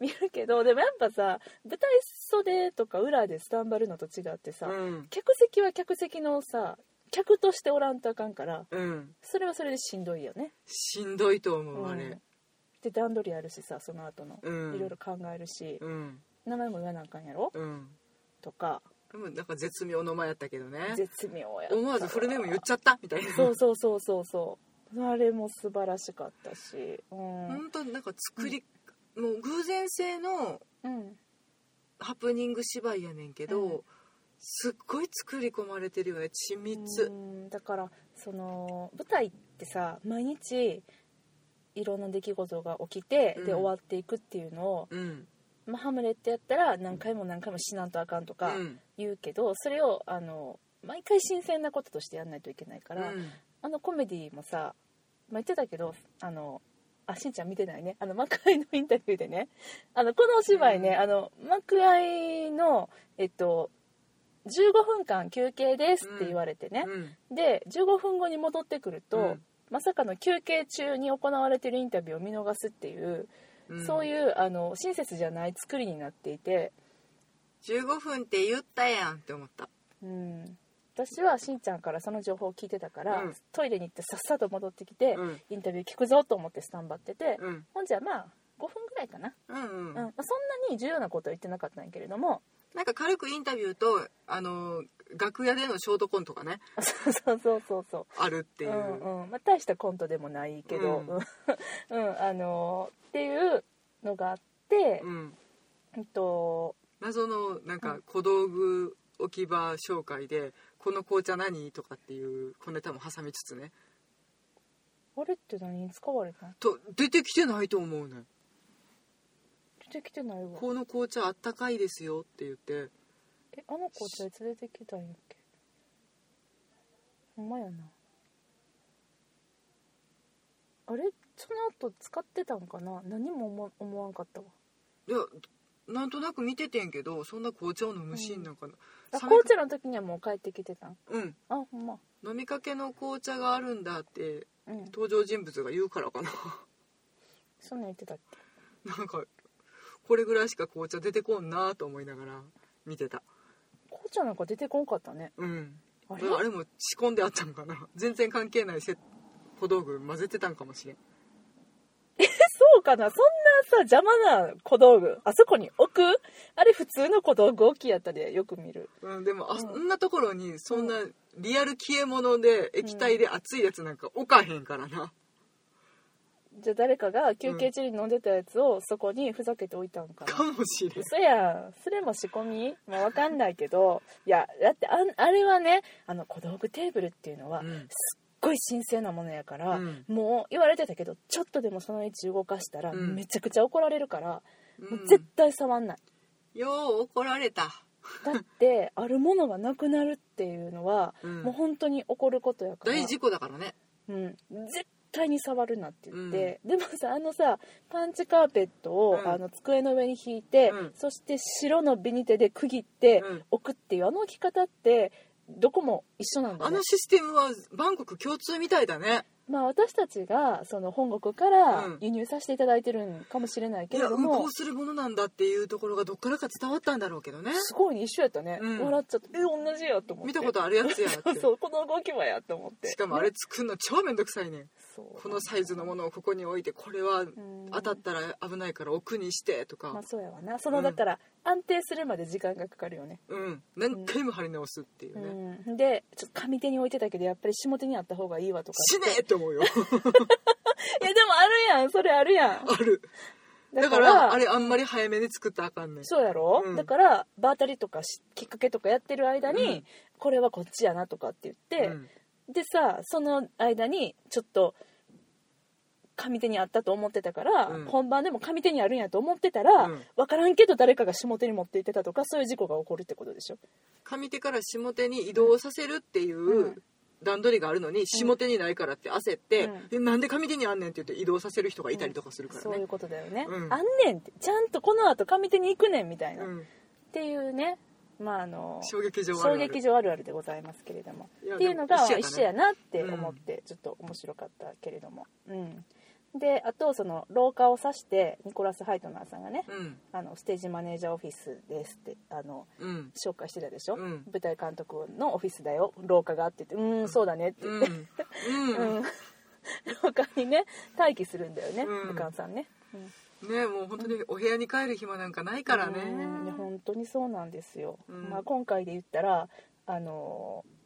A: 見るけどでもやっぱさ舞台袖とか裏でスタンバるのと違ってさ、
B: うん
A: 客席は客席のさ客としておらんとあかんから
B: うん
A: それはそれでしんどいよね、
B: しんどいと思う、
A: うん
B: あれ
A: で段取りあるしさその後の、
B: うん
A: いろいろ考えるし、
B: うん
A: 名前も言わなあかんやろ、
B: うん
A: とか
B: でもなんか絶妙の前やったけどね
A: 絶妙やった
B: 思わずフルネーム言っちゃったみたいな
A: そうそうそうそうそうあれも素晴らしかったしうん、
B: 本当になんか作り、もう偶然性の
A: うん、
B: ハプニング芝居やねんけど、
A: うん
B: すっごい作り込まれてるよね緻密
A: うんだからその舞台ってさ毎日いろんな出来事が起きて、
B: うん
A: で終わっていくっていうのを、
B: うん
A: まあ、ハムレってやったら何回も何回も死なんとあかんと
B: う
A: か
B: ん
A: 言うけど、それをあの毎回新鮮なこととしてやんないといけないか
B: う
A: ら、
B: ん
A: あのコメディもさ、まあ、言ってたけどあのあしんちゃん見てないねあの幕開のインタビューでねあのこのお芝居ね、
B: うん
A: あの幕開の、えっと、15分間休憩ですって言われてね、
B: うん
A: で15分後に戻ってくると、
B: うん
A: まさかの休憩中に行われてるインタビューを見逃すっていう、
B: うん
A: そういうあの親切じゃない作りになっていて、
B: 15分って言ったやんって思った
A: うん、私はしんちゃんからその情報を聞いてたから、
B: うん
A: トイレに行ってさっさと戻ってきて、
B: うん
A: インタビュー聞くぞと思ってスタンバってて、
B: うん
A: ほんじゃまあ5分ぐらいかな、
B: うんうん、
A: うんまあそんなに重要なことは言ってなかったんやけれども
B: なんか軽くインタビューとあの楽屋でのショートコントがね
A: そうそうそうそうそう。
B: あるっていう、
A: うんうんまあ、大したコントでもないけど、 うんうんあのーっていうのがあって、
B: うん
A: うんと
B: 謎のなんか小道具置き場紹介で「この紅茶何?」とかっていう小ネタも挟みつつね
A: あれって何に使われたの
B: と出てきてないと思うね
A: 出てきてないわ
B: この紅茶あったかいですよって言って
A: えあの紅茶いつ出てきたんやっけほんまやなあれその後使ってたんかな何も思わ思わんかったわ
B: いやなんとなく見ててんけどそんな紅茶を飲むシーンなんかな、
A: あ
B: 冷め
A: 紅茶の時にはもう帰ってきてたん
B: うん
A: あほんま
B: 飲みかけの紅茶があるんだって
A: うん
B: 登場人物が言うからかな
A: そんなん言ってたっけ
B: なんかこれぐらいしか紅茶出てこんなと思いながら見てた
A: 紅茶なんか出てこんかったね
B: うん
A: あ
B: あ
A: れ
B: れあれも仕込んであったんかな 全然関係ないせ小道具混ぜてたんかもしれん
A: そうかなそんなさ邪魔な小道具あそこに置くあれ普通の小道具置きやったでよく見る
B: うん、でもあ
A: うん
B: そんなところにそんなリアル消え物で液体で熱いやつなんか置かへんからな、
A: じゃあ誰かが休憩中に飲んでたやつをそこにふざけて置いたんかな、
B: かもしれん
A: 嘘やんそれも仕込みまあわかんないけどいやだってあんあれはねあの小道具テーブルっていうのは
B: う
A: すっ
B: ん
A: ごい神聖なものやから、
B: うん
A: もう言われてたけどちょっとでもその位置動かしたら
B: うん
A: めちゃくちゃ怒られるから、
B: う
A: も
B: ん
A: う絶対触んない
B: よう怒られた、
A: だってあるものがなくなるっていうのは、
B: うん
A: もう本当に怒ることやから
B: 大事故だからね
A: うん、絶対に触るなって言って、でもさあのさパンチカーペットを、
B: うん
A: あの机の上に引いて、
B: うん
A: そして白のビニテで区切って
B: うん
A: 置くっていうあの置き方ってどこも一緒なんだ
B: あ
A: ね
B: のシステムはバンコク共通みたいだね
A: まあ私たちがその本国から
B: うん
A: 輸入させていただいてるんかもしれない
B: い
A: けれ
B: や
A: ど
B: うん
A: も、
B: こうするものなんだっていうところがどっからか伝わったんだろうけどね
A: すごいね一緒やったね、
B: うん
A: 笑っちゃってえ同じやと思って
B: 見たことあるやつやって
A: そう そうこの動きはやと思って
B: しかもあれ作るの超めんどくさいね
A: そう
B: このサイズのものをここに置いてこれは
A: うん
B: 当たったら危ないから奥にしてと
A: ま
B: か
A: あそうやわなその、
B: うん
A: だから安定するまで時間がかかるよね
B: うん何回も貼り直すっていうね、
A: うん、でちょっと上手に置いてたけどやっぱり下手にあった方がいいわとか
B: 死ねって思うよ
A: いやでもあるやんそれあるやん
B: あるだからあれあんまり早めに作ったらあかんねん
A: そうやろ、
B: うん
A: だから場当たりとかしきっかけとかやってる間に、
B: うん
A: これはこっちやなとかって言って、
B: うん
A: でさその間にちょっと上手にあったと思ってたから、
B: うん
A: 本番でも上手にあるんやと思ってたら、
B: う
A: わ
B: ん
A: 分からんけど誰かが下手に持っていってたとかそういう事故が起こるってことでしょ
B: 上手から下手に移動させるっていう、
A: うん
B: 段取りがあるのに下手にないからって焦って、
A: うん
B: えなんで上手にあんねんって言って移動させる人がいたりとかするから
A: そうい
B: ね
A: う、ことだよね、
B: うん
A: あんねんってちゃんとこの後上手に行くねんみたいな、
B: う
A: っ
B: ん
A: ていうねまああの
B: 衝撃場あ
A: 衝
B: るある
A: 撃場あるあるでございますけれども
B: いや
A: っていうの
B: で
A: が
B: も
A: 一緒や
B: ね
A: なって思ってちょっと面白かったけれども、うんであとその廊下を指してニコラス・ハイトナーさんがね、
B: うん
A: あのステージマネージャーオフィスですってあの
B: うん
A: 紹介してたでしょ、
B: うん
A: 舞台監督のオフィスだよ廊下があって言ってうーんそうだねって言
B: うん
A: っ
B: う
A: て、
B: ん
A: うん 廊下にね待機するんだよね
B: うん
A: 武漢、さんね、うん
B: ねもう本当にお部屋に帰る暇なんかないからね
A: うんいや本当にそうなんですよ、
B: うん
A: まあ、今回で言ったらあのー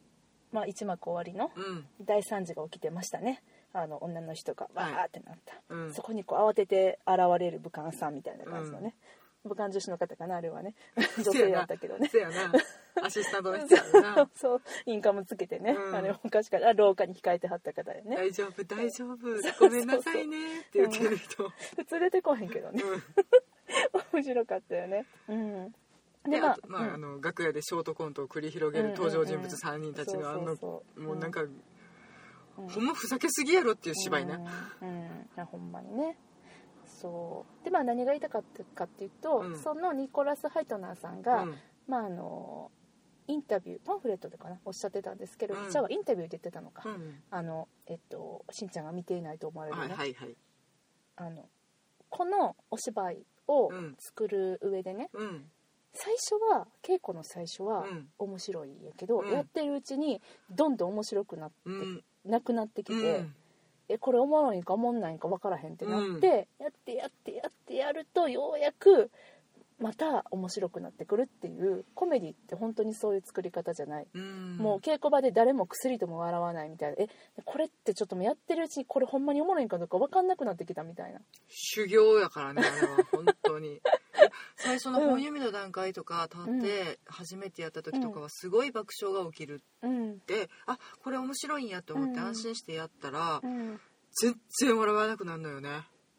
A: まあ、一幕終わりの
B: うん
A: 大惨事が起きてましたねあの女の人がわーってなった、
B: うん
A: そこにこう慌てて現れる武漢さんみたいな感じのね、武漢女子の方かなあれは ね女性だったけどね
B: せやなアシスタントの人やな
A: そうインカムつけてね、
B: うん
A: あれ昔から廊下に控えてはった方でね
B: 大丈夫大丈夫ごめんなさいねって言ってる人
A: 普通出てこへんけどね
B: うん
A: 面白かったよねうん
B: であとま
A: うん
B: ああの楽屋でショートコントを繰り広げる登場人物3人たちのあ
A: そう
B: の
A: そうそう
B: もうなんか
A: うん
B: ほんまふざけすぎやろっていう芝居な
A: うん、うんあほんまにねそうでまあ何が言いたかったかっていうと、
B: うん
A: そのニコラス・ハイトナーさんが、
B: うん
A: まああのインタビューパンフレットでかなおっしゃってたんですけど、
B: うん
A: じゃあインタビューで言ってたのか、
B: うん
A: あのえっとしんちゃんが見ていないと思われるね、
B: はいはいはい
A: あのこのお芝居を
B: うん
A: 作る上でね、
B: うん
A: 最初は稽古の最初
B: う
A: は
B: ん
A: 面白いんやけど、
B: うん
A: やってるうちにどんどん面白くなって、
B: うん
A: なくなってき
B: う
A: て、
B: ん
A: えこれおもろいんかおもんないんか分からへんってなって、やってやってやってやるとようやくまた面白くなってくるっていうコメディって本当にそういう作り方じゃない、
B: うん
A: もう稽古場で誰も薬とも笑わないみたいなえこれってちょっともうやってるうちにこれほんまにおもろいんかどうか分かんなくなってきたみたいな
B: 修行やからねあれは本 当に最初の本読みの段階とか立って初めてやった時とかはすごい爆笑が起きる
A: うん
B: ってあこれ面白いんやと思って
A: うん
B: 安心してやったら
A: うん
B: 全然笑わなくなるのよね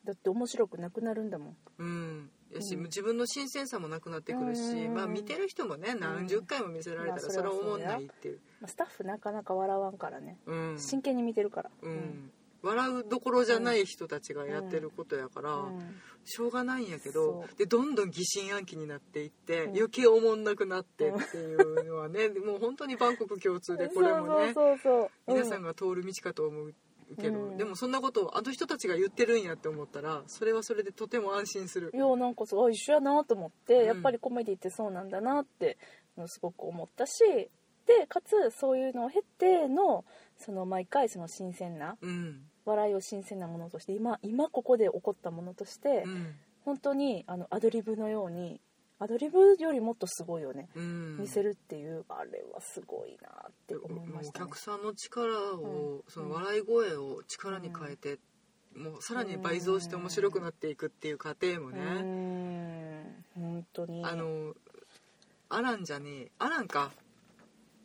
A: だって面白くなくなるんだもん
B: うんやし
A: うん
B: 自分の新鮮さもなくなってくるし
A: うん
B: まあ見てる人もね何十回も見せられ
A: ま
B: たら
A: あ
B: そ
A: そ
B: れ
A: れ
B: は
A: は
B: 思んないっていう
A: まあスタッフなかなか笑わんからね
B: うん
A: 真剣に見てるから
B: うん笑うどころじゃない人たちがやってることやから
A: うん
B: しょうがないんやけど
A: そう
B: でどんどん疑心暗鬼になっていって
A: ん
B: 余計おもんなくなってっていうのはねもう本当に万国共通でこれも ね
A: そうそうそうそう
B: 皆さんが通る道かと思うけど、
A: うん
B: でもそんなことをあの人たちが言ってるんやって思ったらそれはそれでとても安心する
A: い、やなんかすごい一緒やなと思って、
B: うん
A: やっぱりコメディってそうなんだなってうんすごく思ったしでかつそういうのを経てのその毎回その新鮮な
B: うん
A: 笑いを新鮮なものとして今今ここで起こったものとして、
B: うん
A: 本当にあのアドリブのようにアドリブよりもっとすごいよね、
B: うん、
A: 見せるっていうあれはすごいなって思い
B: も
A: ま
B: う
A: し
B: お
A: た、ね
B: 客、さんの力を、
A: うん
B: その笑い声を力に変えて、もうさらに倍増して面白くなっていくっていう過程も
A: う
B: ね、
A: ーん本当に
B: あのアランじゃねえアランか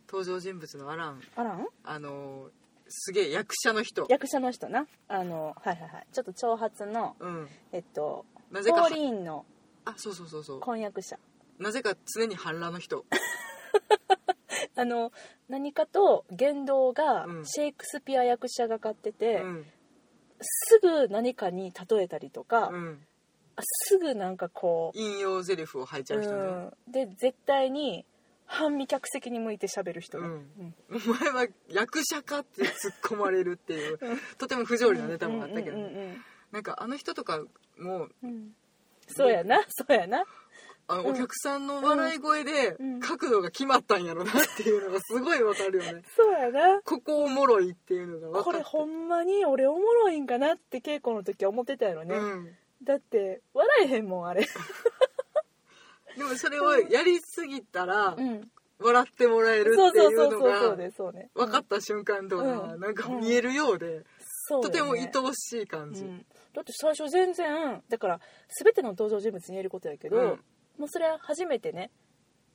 B: 登場人物のアラン
A: アラン
B: あのすげえ役者の人、
A: 役者の人なあのはいはいはいちょっと長髪の
B: うん、
A: えっと
B: なぜ
A: ポ
B: か
A: ーリーンの
B: あそうそうそうそう
A: 婚約者
B: なぜか常に反乱の人
A: あの何かと言動が
B: うん
A: シェイクスピア役者が買ってて、
B: うん
A: すぐ何かに例えたりとか、
B: うん、
A: すぐなんかこ
B: 引用ゼリフを吐いち
A: う、
B: ゃう人ね、
A: うんで絶対に半身客席に向いて喋る人ね、
B: う
A: うんん
B: お前は役者かって突っ込まれるっていうとても不条理なネタもあったけど、
A: うんう
B: ね
A: んうん
B: なんかあの人とかもう
A: うんうんそうやなそうやな
B: あの
A: うん
B: お客さんの笑い声で
A: うん
B: 角度が決まったんやろなっていうのがすごいわかるよ ね
A: そうやな
B: ここおもろいっていうのが
A: こ
B: 分か
A: れ
B: る
A: ほんまに俺おもろいんかなって稽古の時は思ってたやろね、
B: うん
A: だって笑えへんもんあれ、
B: でもそれをやりすぎたら
A: うん、
B: 笑ってもらえる
A: そう
B: ってい
A: そうそうう
B: の
A: そうそ
B: が
A: うねそうね
B: 分かった瞬間とか
A: うん
B: なんか見えるようで
A: そう
B: と
A: だ
B: て
A: よ
B: も
A: ね
B: 愛おしい感じ、
A: うんだって最初全然だから全ての登場人物に言えることやけど、
B: うん
A: もうそれは初めてね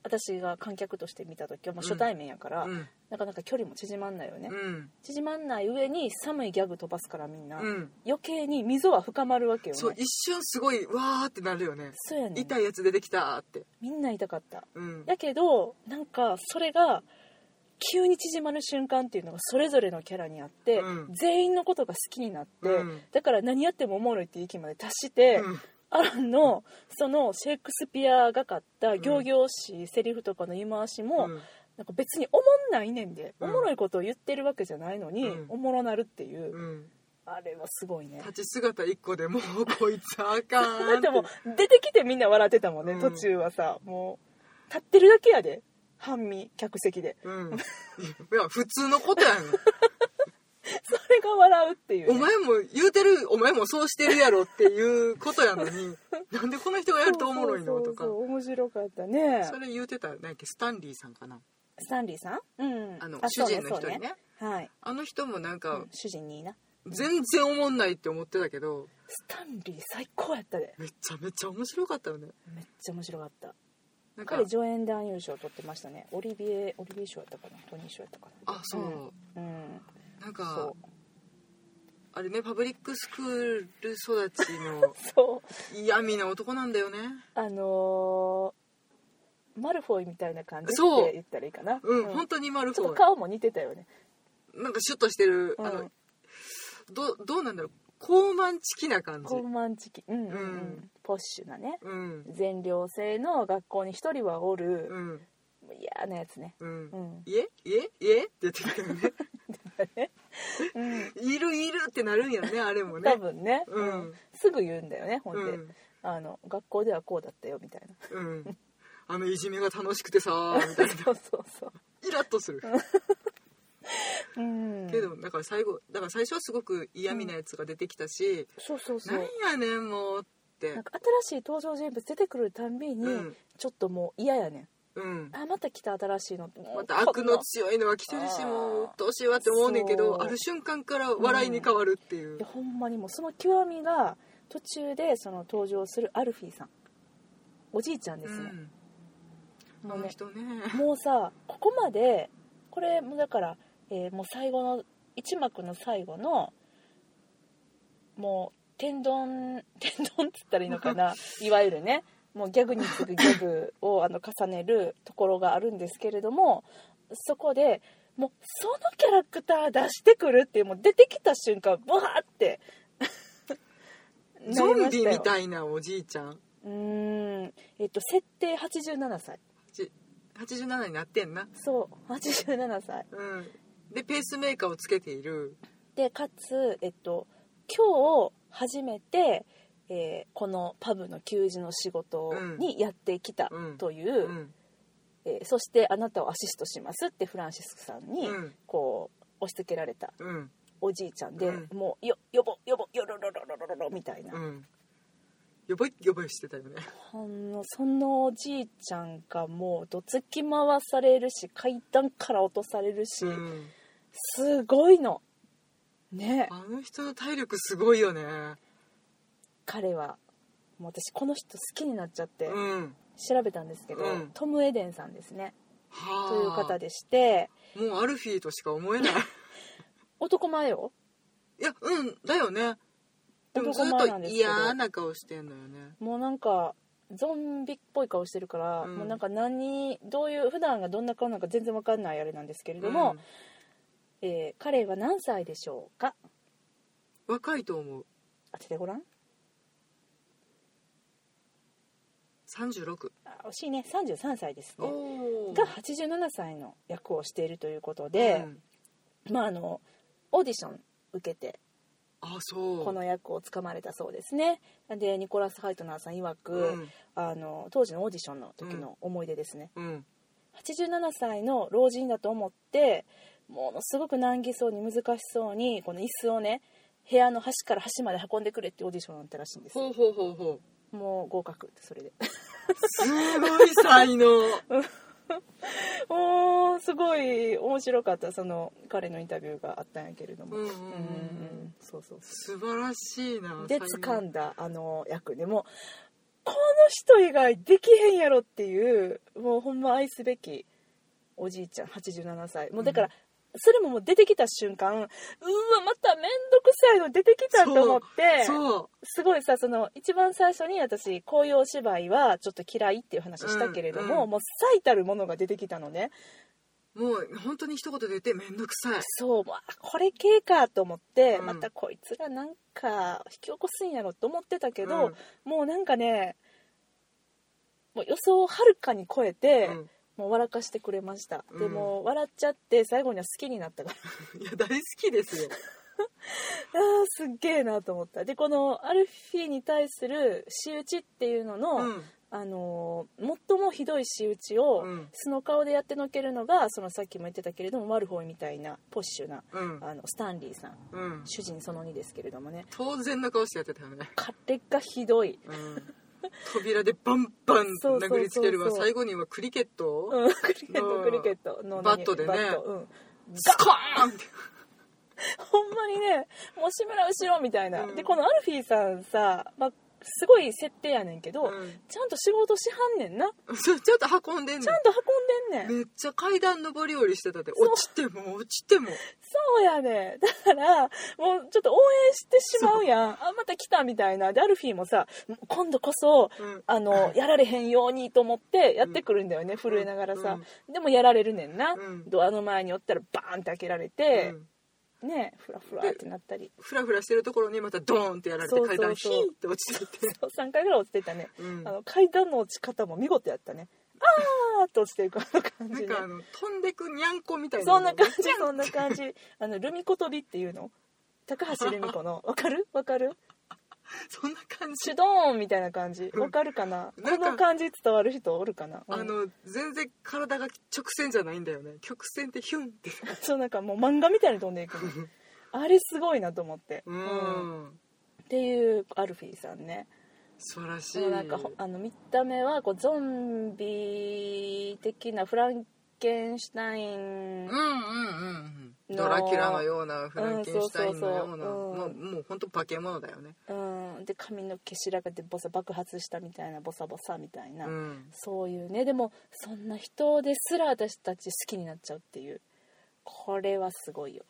A: 私が観客として見た時はもう初対面やから、
B: うん
A: なかなか距離も縮まんないよね、
B: うん
A: 縮まんない上に寒いギャグ飛ばすからみんな、
B: うん
A: 余計に溝は深まるわけよね
B: そう一瞬すごいわーってなるよね
A: そうやねん
B: 痛いやつ出てきたーって、
A: みんな痛かった
B: うん、
A: やけどなんかそれが急に縮まる瞬間っていうのがそれぞれのキャラにあって、
B: うん
A: 全員のことが好きになって、
B: うん
A: だから何やってもおもろいっていう域まで達して、
B: うん
A: アランのそのシェイクスピアがかった行々しいセリフとかの言い回しも、
B: うん
A: なんか別におもんないねんで、
B: うん
A: おもろいことを言ってるわけじゃないのに、
B: うん
A: おもろなるっていう、
B: うん
A: あれはすごいね
B: 立ち姿一個でもうこいつあか
A: だ
B: んっ
A: っててもう出てきてみんな笑ってたもんね、
B: うん
A: 途中はさもう立ってるだけやで半身客席で
B: うん、いや普通のこ とやん
A: それが笑うっていう、
B: お
A: ね、
B: 前も言うてるお前もそうしてるやろっていうことやの になんでこの人がやるとおもろいの
A: そうそ
B: と
A: う
B: か
A: そう面白かったね
B: それ言うてた何やっけスタンリーさんかな
A: スタンリーさんうん
B: あの
A: そう
B: 主人の人にね
A: そうはい、
B: あの人もなん
A: う
B: か
A: ん主人にいいな
B: 全然おもんないって思ってたけど
A: スタンリー最高やったで
B: めちゃめちゃ面白かったよね
A: めっちゃ面白かった
B: なんか
A: 彼助演男優賞取ってましたねオリビエオリビエ賞やったかなトニー賞やったか
B: あそう、
A: なうん
B: なん
A: そ
B: か
A: う
B: あれねパブリックスクール育ちの
A: そう
B: 嫌味な男なんだよね
A: あのーマルフォイみたいな感じ
B: そ
A: っ
B: う
A: て言ったらいいかな
B: うん、本当に丸
A: ちょっと
B: 子
A: 顔も似てたよね
B: なんかシュッとしてる、あ
A: う
B: の
A: ん
B: どどうなんだろう高慢チキな感じ
A: 高慢チキうんうん、う
B: うんん、
A: ポッシュなね
B: うん
A: 全寮制の学校に一人はおる
B: うん
A: 嫌なやつね
B: うん
A: うん、
B: 家家家って言ってきたよね
A: うん、
B: いるいるってなるんやねあれもね
A: 多分ね、
B: うん
A: すぐ言うんだよねほんで、
B: うん
A: あの学校ではこうだったよみたいな
B: うんあのいじめが楽しくてさみたいな
A: そうそうそう
B: イラッとする
A: うん
B: けどだから最後だから最初はすごく嫌味なやつが出てきたし、
A: そうそうそ
B: な
A: うん
B: やねんもうって
A: なんか新しい登場人物出てくるたんびに、
B: うん
A: ちょっともう嫌やね
B: うん
A: んあまた来た新しいの
B: また悪の
A: い
B: 強いのが来てるし
A: あー
B: もう鬱陶しいわって思うねんけ
A: そう
B: どある瞬間から笑いに変わるっていう、
A: やほんまにもうその極みが途中でその登場するアルフィーさんおじいちゃんで
B: う
A: すね、
B: ん、
A: も
B: あ
A: う
B: の
A: ね
B: 人ね
A: もうさここまでこれもうだから、えーもう最後の一幕の最後のもう天丼 天丼っつったらいいのか ないわゆるねもうギャグに次ぐギャグをあの重ねるところがあるんですけれどもそこでもうそのキャラクター出してくるっていうもう出てきた瞬間ブワーって
B: ゾンビみ
A: い
B: たいなおじいちゃん
A: うーんえっと設定87歳
B: じ87になってんな
A: そう87歳
B: うんでペースメーカーをつけている
A: でかつ、えっと、今日初めて、えーこのパブの給仕の仕事にやってきた
B: うん
A: という、
B: うん
A: えーそしてあなたをアシストしますってフランシスクさんに、
B: うん
A: こう押し付けられた
B: うん
A: おじいちゃんで、
B: うん
A: もうよよぼよぼよろろろろろろろみたいな、
B: うんよぼいよぼいしてたよね
A: ほんのそのおじいちゃんがもうどつき回されるし階段から落とされるし、
B: うん
A: すごいのね
B: あの人の体力すごいよね
A: 彼はもう私この人好きになっちゃって。
B: うん
A: 調べたんですけど、
B: うん
A: トム・エデンさんですね
B: はあ
A: という方でして
B: もうアルフィーとしか思えない
A: 男前よ
B: いやうんだよねでもずっ
A: 男前なん
B: と
A: ですけど
B: 嫌な顔してんのよね
A: もうなんかゾンビっぽい顔してるから、
B: うん
A: もうなんか何どういう普段がどんな顔なのか全然わかんないあれなんですけれども、えー彼は何歳でしょうか
B: うん若いと思う
A: 当ててごらん
B: 36
A: あ惜しいね33歳ですね
B: おー
A: が87歳の役をしているということで
B: う、ん
A: まああのオーディション受けて
B: あそう
A: この役をつかまれたそうですねでニコラス・ハイトナーさん曰く、
B: うん
A: あの当時のオーディションの時の思い出ですね、
B: うん
A: 87歳の老人だと思ってものすごく難儀そうに難しそうにこの椅子をね部屋の端から端まで運んでくれってオーディションだったらしいんです
B: ほうほうほうほう
A: もう合格ってそれで
B: すごい才能
A: おーすごい面白かったその彼のインタビューがあったんやけれども、
B: うんうんうん
A: そうそうそ
B: 素晴らしいな
A: うで
B: 才能
A: 掴んだあの役でもこの人以外できへんやろっていうもうほんま愛すべきおじいちゃん87歳もうだから、
B: うん
A: それももう出てきた瞬間うーわまた面倒くさいの出てきたと思って
B: そう
A: すごいさその一番最初に私こういうお芝居はちょっと嫌いっていう話したけれども、
B: うんうん
A: もう最たるものが出てきたのね
B: もう本当に一言で言って面倒くさい
A: そうまあこれ系かと思って、
B: うん
A: またこいつがなんか引き起こすんやろと思ってたけど、
B: うん
A: もうなんかねもう予想をはるかに超えて、
B: う
A: もう笑かしてくれました、
B: うん
A: でもう笑っちゃって最後には好きになったから
B: ん、いや大好きですよ、
A: あーすっげえなと思ったでこのアルフィーに対する仕打ちっていうのの、
B: うん
A: あのー最もひどい仕打ちを、
B: うん
A: 素の顔でやってのけるのがそのさっきも言ってたけれどもマルフォイみたいなポッシュな
B: うん
A: あのスタンリーさん
B: うん、
A: 主人その2ですけれどもね
B: 当然の顔してやってたよね、
A: 彼がひどい、
B: うん、扉でバンバン
A: そうそうそうそう
B: 殴りつけるわ最後にはクリケットを、
A: うん、クリケット
B: うん
A: クリケットの
B: バットでね
A: バットうん
B: スコーンって
A: ほんまにねもう志村後ろみたいな、
B: うん
A: でこのアルフィーさんさ、まあ、すごい設定やねんけど、
B: う
A: ちゃんと仕事しはんねんなち
B: ん、そうちょっと運んでんの
A: ゃんと運んでんねん、
B: めっちゃ階段上り下りしてたで
A: そう
B: 落ちても落ちても
A: そうやねだからもうちょっと応援してしまうやんあまた来たみたいなでアルフィーもさ今度こそ
B: うん
A: あのやられへんようにと思ってやってくるんだよね、震えながらさ、でもやられるねんな、
B: うん
A: ドアの前におったらバーンって開けられ
B: う
A: て、
B: ん、
A: ねフラフラってなったり
B: フラフラしてるところにまたドーンってやられて
A: そうそう
B: 階
A: そう
B: 段ヒーって落ちてって、
A: 3回ぐらい落ちてたね、
B: うん
A: あの階段の落ち方も見事やったねあーっと落ちていくあの感
B: な
A: じ
B: ん
A: ね
B: かあの飛んでくにゃんこみたいな
A: そんな感じ
B: じゃん
A: そんな感じあのルミコ飛びっていうの高橋留美子のわかるわかる
B: そんな感
A: シ
B: じ
A: ュドーンみたいな感じ
B: うん
A: わかるかな
B: なん
A: こ
B: か
A: の感じ伝わる人おるかな、うん
B: あの全然体が直線じゃないんだよね曲線ってヒュンって
A: そうなんかもう漫画みたいに飛んで いくのあれすごいなと思って、
B: う
A: うんっ
B: ん、
A: ていうアルフィーさんね
B: 素晴らし
A: そ
B: い
A: のなんかほあの見た目はこうゾンビ的なフランケンシュタイン
B: うんうんうんドラキュラのようなフランケンシュタインのような、
A: うんそうそうそううん
B: もうもう本当化け物だよね、
A: うん、で髪の毛白髪でボサ爆発したみたいなボサボサみたいな、
B: うん、
A: そういうねでもそんな人ですら私たち好きになっちゃうっていうこれはすごいよ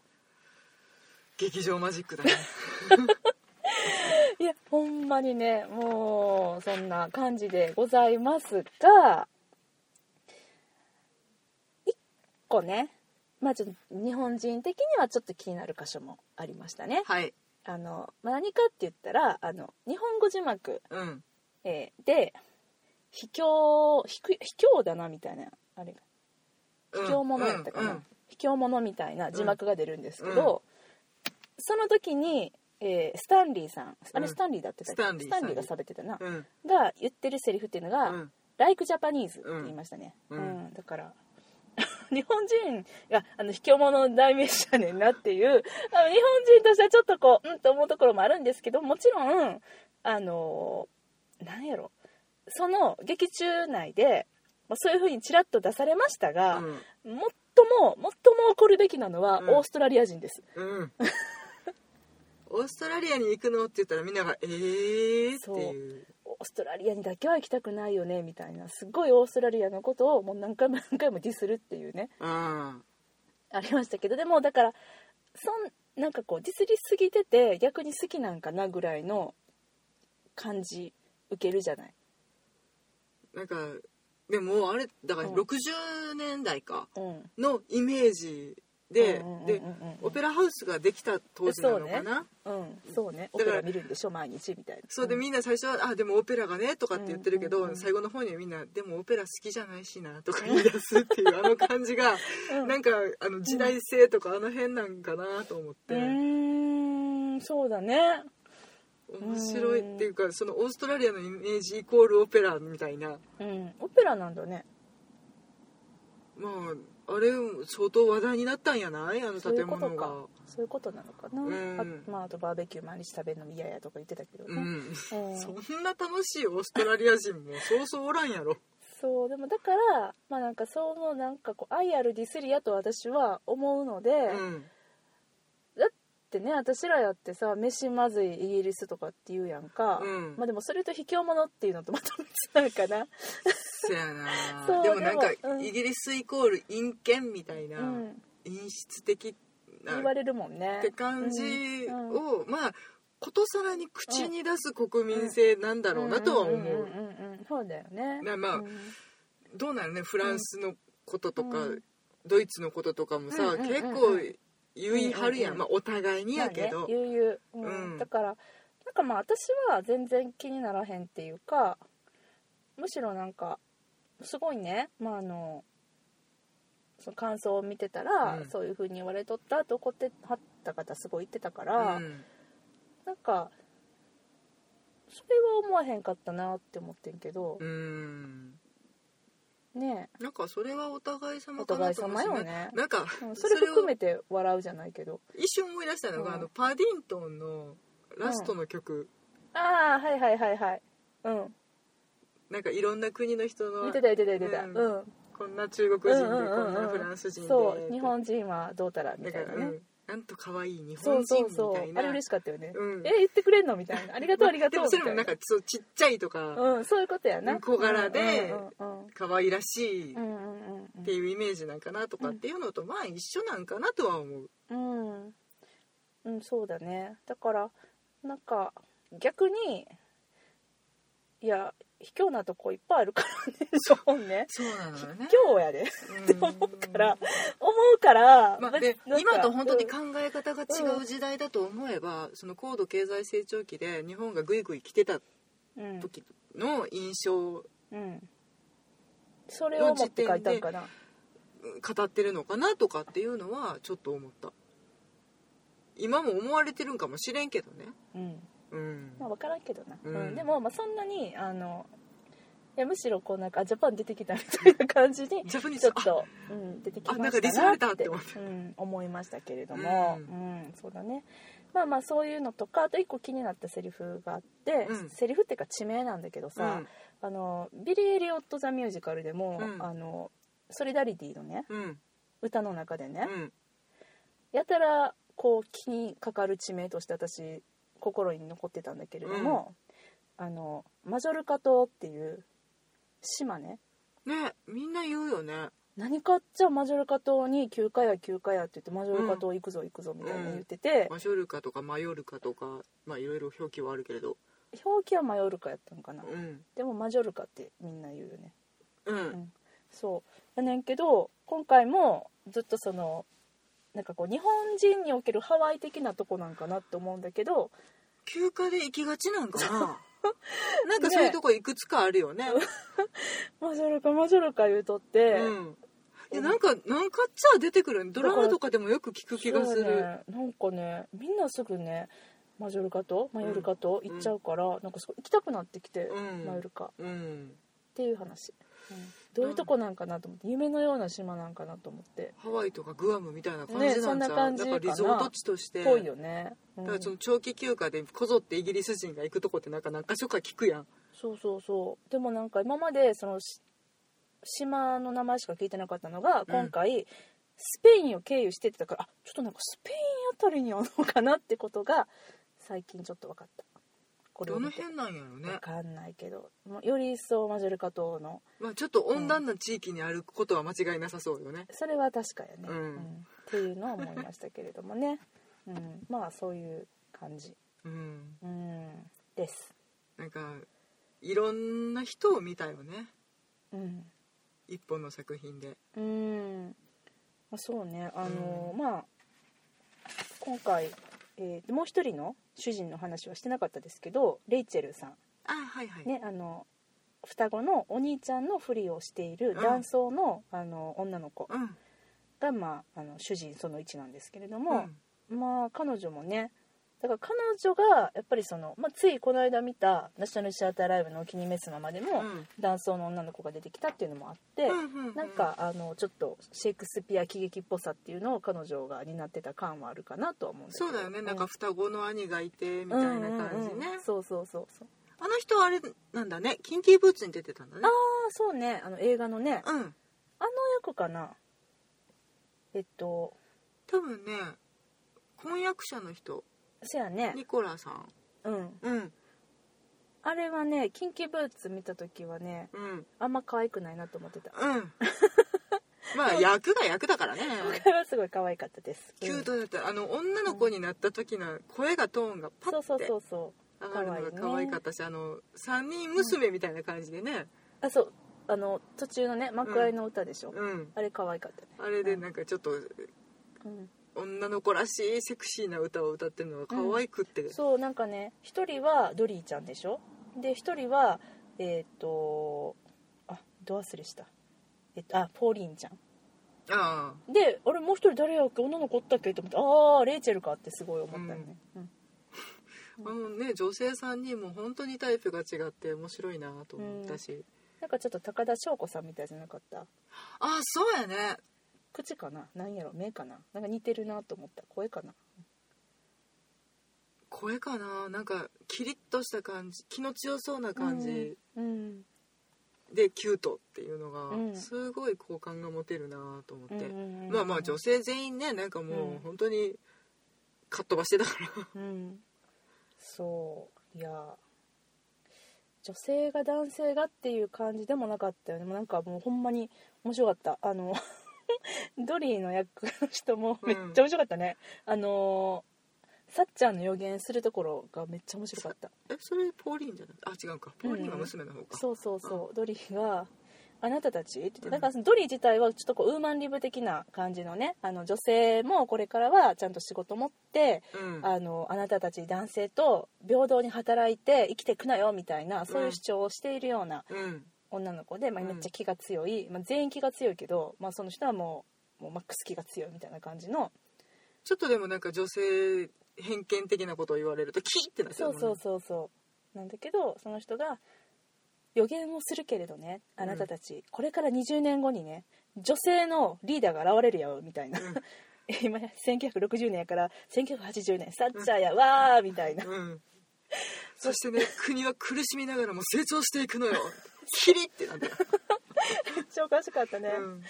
B: 劇場マジックだね
A: いやほんまにねもうそんな感じでございますが1個ねまあちょっと日本人的にはちょっと気になる箇所もありましたね。
B: はい
A: あのまあ何かって言ったらあの日本語字幕
B: うん
A: えーで卑怯卑く卑怯だなみたいなあれが卑怯者やったかな、
B: うん
A: 卑怯者みたいな字幕が出るんですけど、その時に、えースタンリーさんあ
B: う
A: れ
B: ん
A: スタンリーだってたっけ
B: スタンリー
A: スタンリーが喋ってたな、
B: うん
A: が言ってるセリフっていうのが「
B: うん
A: Like Japanese」って言いましたね、う
B: うんん
A: だから 日本人があの卑怯者の代名詞やねんなっていうあの日本人としてはちょっとこううんと思うところもあるんですけどもちろんあのなんやろその劇中内で、まあ、そういう風にちらっと出されましたが、
B: うん
A: 最も最も怒るべきなのは
B: うん
A: オーストラリア人です、
B: うんオーストラリアに行くのって言ったらみんなが「えー」っていう
A: オーストラリアにだけは行きたくないよねみたいなすっごいオーストラリアのことをもう何回も何回もディスるっていうね
B: うん
A: ありましたけどでもだからそんなんかこうディスりすぎてて逆に好きなんかなぐらいの感じ受けるじゃない
B: なんかでもあれだから
A: うん
B: 60年代か
A: うん
B: のイメージで、
A: うんうんうんうん
B: でオペラハウスができた当時なのかな
A: うんそうねオ
B: だ
A: ペ
B: から
A: ラ見るんでしょ毎日みたいな
B: そうでみんな最初は「あでもオペラがね」とかって言ってるけど、
A: うんうんうん
B: 最後の方にはみんな「でもオペラ好きじゃないしな」とか言い出すっていうあの感じが、
A: うん
B: なんかあの時代性とかあの辺なんかなと思って、
A: うーんそうだね
B: 面白いっていうかそのオーストラリアのイメージイコールオペラみたいな
A: うんオペラなんだね
B: まああれ相当話題になったんやないあの
A: そうい
B: 建
A: うこと
B: 物
A: か
B: が。
A: そういうことなのかな、
B: うん
A: あまあ、あとバーベキュー毎日食べるの嫌やとか言ってたけどね、
B: うん
A: うん
B: そんな楽しいオーストラリア人もそうそうおらんやろ。
A: そうでもだからまあなんかそう思うなんかこう愛あるディスリアと私は思うので、
B: うん
A: だってね私らやってさ飯まずいイギリスとかって言うやんか、
B: うん
A: まあでもそれと卑怯者っていうのとまた別なんかな、
B: そやな
A: そう
B: でもなんか
A: でもうん
B: イギリスイコール陰険みたいな、
A: うん、
B: 陰湿的な
A: 言われるもんね
B: って感じ
A: うんうん
B: を、まあことさらに口に出す国民性なんだろうなとは思う,、
A: んんんうんそうだよね
B: なまあ
A: うん
B: どうなのねフランスのこととか、
A: うん
B: ドイツのこととかもさ、
A: うんうんうんうん
B: 結構言い張るやん、
A: うんうんうん
B: まあ、お互いにやけど、
A: まあね悠々、うん
B: うん
A: だからなんかまあ私は全然気にならへんっていうかむしろなんかすごいね、まあ、あのその感想を見てたら、
B: うん
A: そういう風に言われとったと怒ってはった方すごい言ってたか
B: う
A: ら、
B: ん
A: なんかそれは思わへんかったなって思ってんけど
B: う、ん
A: ねえ
B: なんかそれはお互い様
A: お
B: か
A: 互
B: ないと思
A: 様よ
B: ね
A: ね、
B: なんか
A: うん、それ
B: を
A: 含めて笑うじゃないけど
B: 一瞬思い出したのが、
A: うん
B: あのパーディントンのラストの曲、
A: ああはいはいはいはいうん
B: なんかいろんな国の人の
A: 見てた見てた見てた
B: うん
A: うん
B: こんな中国人で、
A: うんうんうんうん
B: こんなフランス人で
A: そう日本人はどうたらみ
B: だ
A: た
B: か
A: い
B: ら、
A: な
B: う
A: ね
B: ん、なんと可愛い日
A: そ
B: 本
A: う
B: 人
A: そう
B: み
A: そう
B: たいな
A: あれ嬉しかったよね
B: うん
A: え言ってくれんのみたいなありがとうありがとう
B: でも
A: みたい
B: それ
A: な
B: もなんかそうちっちゃいとか
A: うんそういうことやな
B: 小柄で
A: うんうん
B: 可愛らしいっ
A: うんうんうん
B: ていうイメージなんかなとかっていうのとまあ一緒なんかなとは思う
A: うんうんうんそうだねだからなんか逆にいや卑怯なとこいっぱいあるからね日本ね
B: そうなのよね
A: 卑怯やでって思うから思うから
B: まあ、
A: 別
B: で
A: なんか
B: 今と本当に
A: うん
B: 考え方が違う時代だと思えば、その高度経済成長期で日本がぐいぐい来てた
A: うん
B: 時の印象を
A: うんそれを持って書いたんかな
B: 語ってるのかなとかっていうのはちょっと思った今も思われてるんかもしれんけどね
A: うん
B: うん
A: まあ分からんけどな、
B: うん
A: うんでも、まあ、そんなにあのいやむしろこうなんかあジャパン出てきたみたいな感じに
B: ジャパニー
A: ちょ
B: ズ
A: っと、うん、出てきましたな
B: あなんかディスられたって思っ
A: うん、思いましたけれども、う
B: うん
A: そうだねまあまあそういうのとかあと一個気になったセリフがあって、
B: うん
A: セリフっていうか地名なんだけど
B: あ
A: さ、あのビリー・エリオット・ザ・ミュージカルでも、
B: うん
A: あのソリダリティのね
B: うんうん
A: 歌の中でね、
B: うん
A: やたらこう気にかかる地名として私心に残ってたんだけれども、あのマジョルカ島っていう島ね
B: ねみんな言うよね
A: 何かじゃあマジョルカ島に休暇や休暇やって言ってマジョルカ島行くぞ行くぞみたいな言ってて、
B: マジョルカとかマヨルカとかまあいろいろ表記はあるけれど
A: 表記はマヨルカやったのかな、
B: うん
A: でもマジョルカってみんな言うよね
B: うん、
A: そうやねんけど今回もずっとそのなんかこう日本人におけるハワイ的なとこなんかなって思うんだけど
B: 休暇で行きがちなんかな なんかそういうとこいくつかあるよね
A: マジョルカマジョルカ言うとって、
B: うんいやなんかなんかっちゃ出てくるドラマとかでもよく聞く気がす
A: そう
B: る、
A: ね、なんかねみんなすぐねマジョルカ島マヨルカ島行っちゃうから、なんかすごい行きたくなってきて、
B: うん
A: マヨルカっ
B: うん
A: ていう話、どういうとこなんかなと思って夢のような島なんかなと思って
B: ハワイとかグアムみたいな感
A: ね
B: じ
A: そ
B: なんん
A: な
B: ちゃう、
A: 感じ
B: だ
A: かな
B: からリゾート地として
A: ぽいよね、うん
B: だからその長期休暇でこぞってイギリス人が行くとこってなんか何か所か聞くやん
A: そうそうそうでもなんか今までそのし島の名前しか聞いてなかったのが今回、スペインを経由してってたからあちょっとなんかスペインあたりにあるのかなってことが最近ちょっと分かったこれを
B: ど
A: 見
B: の
A: て
B: 辺なんやろ
A: わ
B: ね、
A: かんないけどもうより一層マジョルカ島の
B: まあ、ちょっと温暖な地域にあることは間違いなさそうよね
A: それは確かやね、
B: うん
A: っていうのは思いましたけれどもね、うん、まあそういう感じ、
B: うん
A: うん、です、
B: なんかいろんな人を見たよね
A: うん
B: 一本の作品で
A: うんまあ、そうねあの、まあ今回、えーもう一人の主人の話はしてなかったですけどレイチェルさん
B: あはいはい、
A: ねあの双子のお兄ちゃんのふりをしている男装の,、あの女の子
B: うん
A: が、まあ、あの主人その1なんですけれど
B: う
A: も、
B: ん
A: まあ彼女もねだから彼女がやっぱりその、まあ、ついこの間見たナショナルシアターライブの「お気に召すまま」でも、
B: うん
A: 男装の女の子が出てきたっていうのもあって、
B: うんうん
A: なんかあのちょっとシェイクスピア喜劇っぽさっていうのを彼女が担ってた感はあるかなとは思うんだけど
B: そうだよねなんか
A: う
B: 双子の兄がいてみたいな感じね、
A: うんうんうんそうそうそうそう
B: あの人はあれなんだねキンキーブーツに出てたんだね
A: あそうねあの映画のねあの
B: うん
A: 役かなえっと
B: 多分ね婚約者の人
A: せやね
B: ニコラさん
A: うん
B: うん
A: あれはねキンキブーツ見た時はね
B: うん
A: あんま可愛くないなと思ってた
B: うん まあ役が役だからね
A: 今回はすごい可愛かったです
B: キュートだったあの女の子になった時の声がトーンが
A: う
B: パ
A: んそうそ
B: ッ
A: う
B: て
A: そうそう
B: 上が
A: 可愛
B: るのが
A: いね
B: 可愛かったしあの三人娘みたいな感じでね
A: あそうあの途中のね幕開の歌でしょ、
B: うん
A: あれ可愛かったね
B: あれでなんかちょっと
A: うん
B: 女の子らしいセクシーな歌を歌ってるのが可愛くって、
A: そうなんかね一人はドリーちゃんでしょで一人はえっ、とあど忘れしたえっとあポーリーンちゃん
B: あ
A: であれもう一人誰やっけ女の子おったっけと思ってああレイチェルかってすごい思ったよね、うん
B: ああのね女性さんにも本当にタイプが違って面白いなと思ったし、
A: なんかちょっと高田翔子さんみたいじゃなかった
B: ああそうやね
A: 口かななんやろ目かななんか似てるなと思った声かな
B: 声かななんかキリッとした感じ気の強そうな感じ
A: うん
B: でキュートっていうの
A: うん
B: がすごい好感が持てるなと思って、
A: うん
B: まあまあ女性全員ねなんか
A: うん
B: もう本当にかっ飛ばしてたから
A: うんそういや女性が男性がっていう感じでもなかったよねもうなんかもうほんまに面白かったあの ドリーの役の人もめっちゃ面白かったね、あのーさっちゃんの予言するところがめっちゃ面白かった
B: えそれポーリーンじゃないあ違うかポーリーンは娘の方か、
A: そうそうそうドリーが「あなたたち?」って言ってだからそのドリー自体はちょっとこうウーマンリブ的な感じのねあの女性もこれからはちゃんと仕事持って
B: うん
A: あのあなたたち男性と平等に働いて生きていくなよみたいなそういう主張をしているような
B: うん
A: 女の子で、まあ、
B: うん
A: めっちゃ気が強い、まあ、全員気が強いけど、まあ、その人はもうもうマックス気が強いみたいな感じの
B: ちょっとでもなんか女性偏見的なことを言われるとキーってなっちゃ
A: そううそうそうそうなんだけどその人が予言をするけれどねあなたたち、これから20年後にね女性のリーダーが現れるよみたいな、
B: ん
A: 今1960年やから1980年サッチャーやわーみたいな
B: うん、そしてね国は苦しみながらも成長していくのよキリってなって、
A: めっちゃおかしかったね、
B: うん、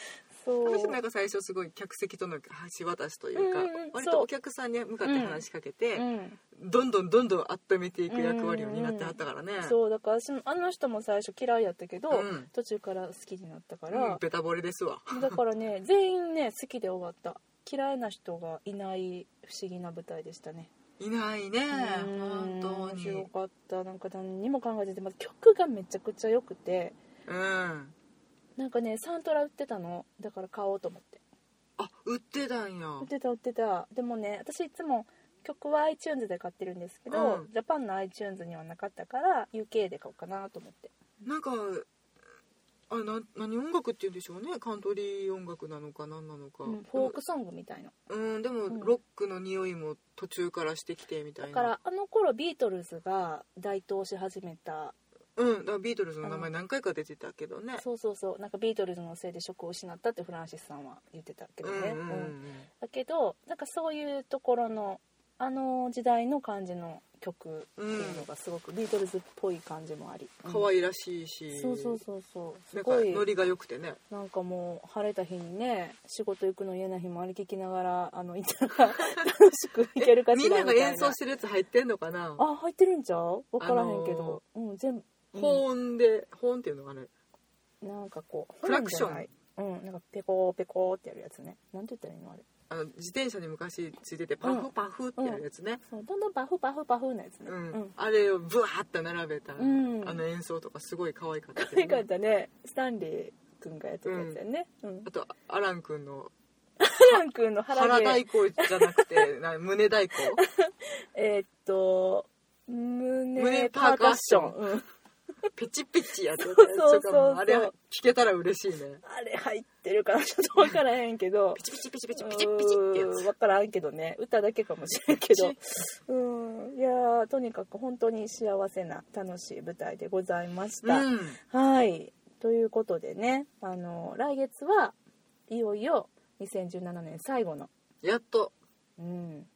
A: そう
B: 私なんか最初すごい客席との橋渡しというか、
A: うんうんうん
B: 割
A: そ
B: と
A: う
B: お客さんに向かって話しかけて、
A: うん
B: どんどんどんどん温めていく役割を担ってはったからね、
A: そうだから私もあの人も最初嫌いやったけど、
B: うん
A: 途中から好きになったか
B: うん
A: ら、
B: ベタ惚れですわ
A: だからね 全員ね好きで終わった嫌いな人がいない不思議な舞台でしたね
B: いないね
A: うん
B: 本当
A: 面
B: に
A: 白かったなんか何にも考えてて、まず曲がめちゃくちゃ良くて
B: うん
A: なんかねサントラ売ってたのだから買おうと思って
B: あ売ってたんや
A: 売ってた売ってたでもね私いつも曲は iTunes で買ってるんですけど、
B: うん
A: ジャパンの iTunes にはなかったから UK で買おうかなと思って
B: なんかあな何音楽っていうんでしょうねカントリー音楽なのか何なのか、
A: うんフォークソングみたいな
B: うんでも
A: ん
B: ロックの匂いも途中からしてきてみた
A: だ
B: いな
A: からあの頃ビートルズが台頭し始めた
B: うんだからビートルズの名前何回か出てたけどね
A: そうそうそうなんかビートルズのせいで職を失ったってフランシスさんは言ってたけどね、
B: うんうん
A: う
B: うんん
A: だけどなんかそういうところのあの時代の感じの曲っていうのがすごくビートルズっぽい感じもあり、うん
B: 可愛らしいし、
A: そうそうそうそう
B: な
A: す
B: んか
A: ごい
B: ノリが良くてね
A: なんかもう晴れた日にね仕事行くの嫌な日もあれ聞きながらあのいた ら楽しく行けるかし
B: み
A: らみ
B: ん
A: た
B: ない
A: な
B: が演奏してるやつ入ってんのかな
A: あ入ってるんちゃう分からへんけど、うん全部うん
B: 保温で保温っていうのがね
A: なんかこう
B: クラクション
A: ファンじゃないうんなんかペコーペコーってやるやつねなんて言ったらいいのあれ
B: あの自転車に昔ついててパ
A: うん
B: フパフってやるやつね、
A: そうどんどんバフバフバフなやつね
B: うんあれをブワーッと並べた、
A: うん
B: あの演奏とかすごい可愛かったけ
A: 可愛
B: ど
A: かった
B: ね、
A: ねスタンリーくんがやってたやつだよね、うん
B: あとアラン君の
A: ランくんの
B: 腹
A: 腹毛
B: 太鼓じゃな くてな胸太鼓
A: えーっと胸
B: 胸
A: パ
B: パ
A: ー
B: ー
A: カ
B: カ
A: ッ
B: ッ
A: シ
B: シ
A: ョ
B: ョ
A: ン
B: ン、
A: うん、
B: ピチピチやってた や
A: そうそう
B: つと
A: そ
B: か
A: う
B: もあれ聞けたら嬉しいね
A: あれ入ってるかなちょっと分からへんけど
B: ピチピチピチピチピチピチってやつ
A: 分からんけどね歌だけかもしれんけどうんいやーとにかく本当に幸せな楽しい舞台でございました、
B: うん
A: はい。ということでね、あの、来月はいよいよ2017年最後の、
B: やっと
A: うん、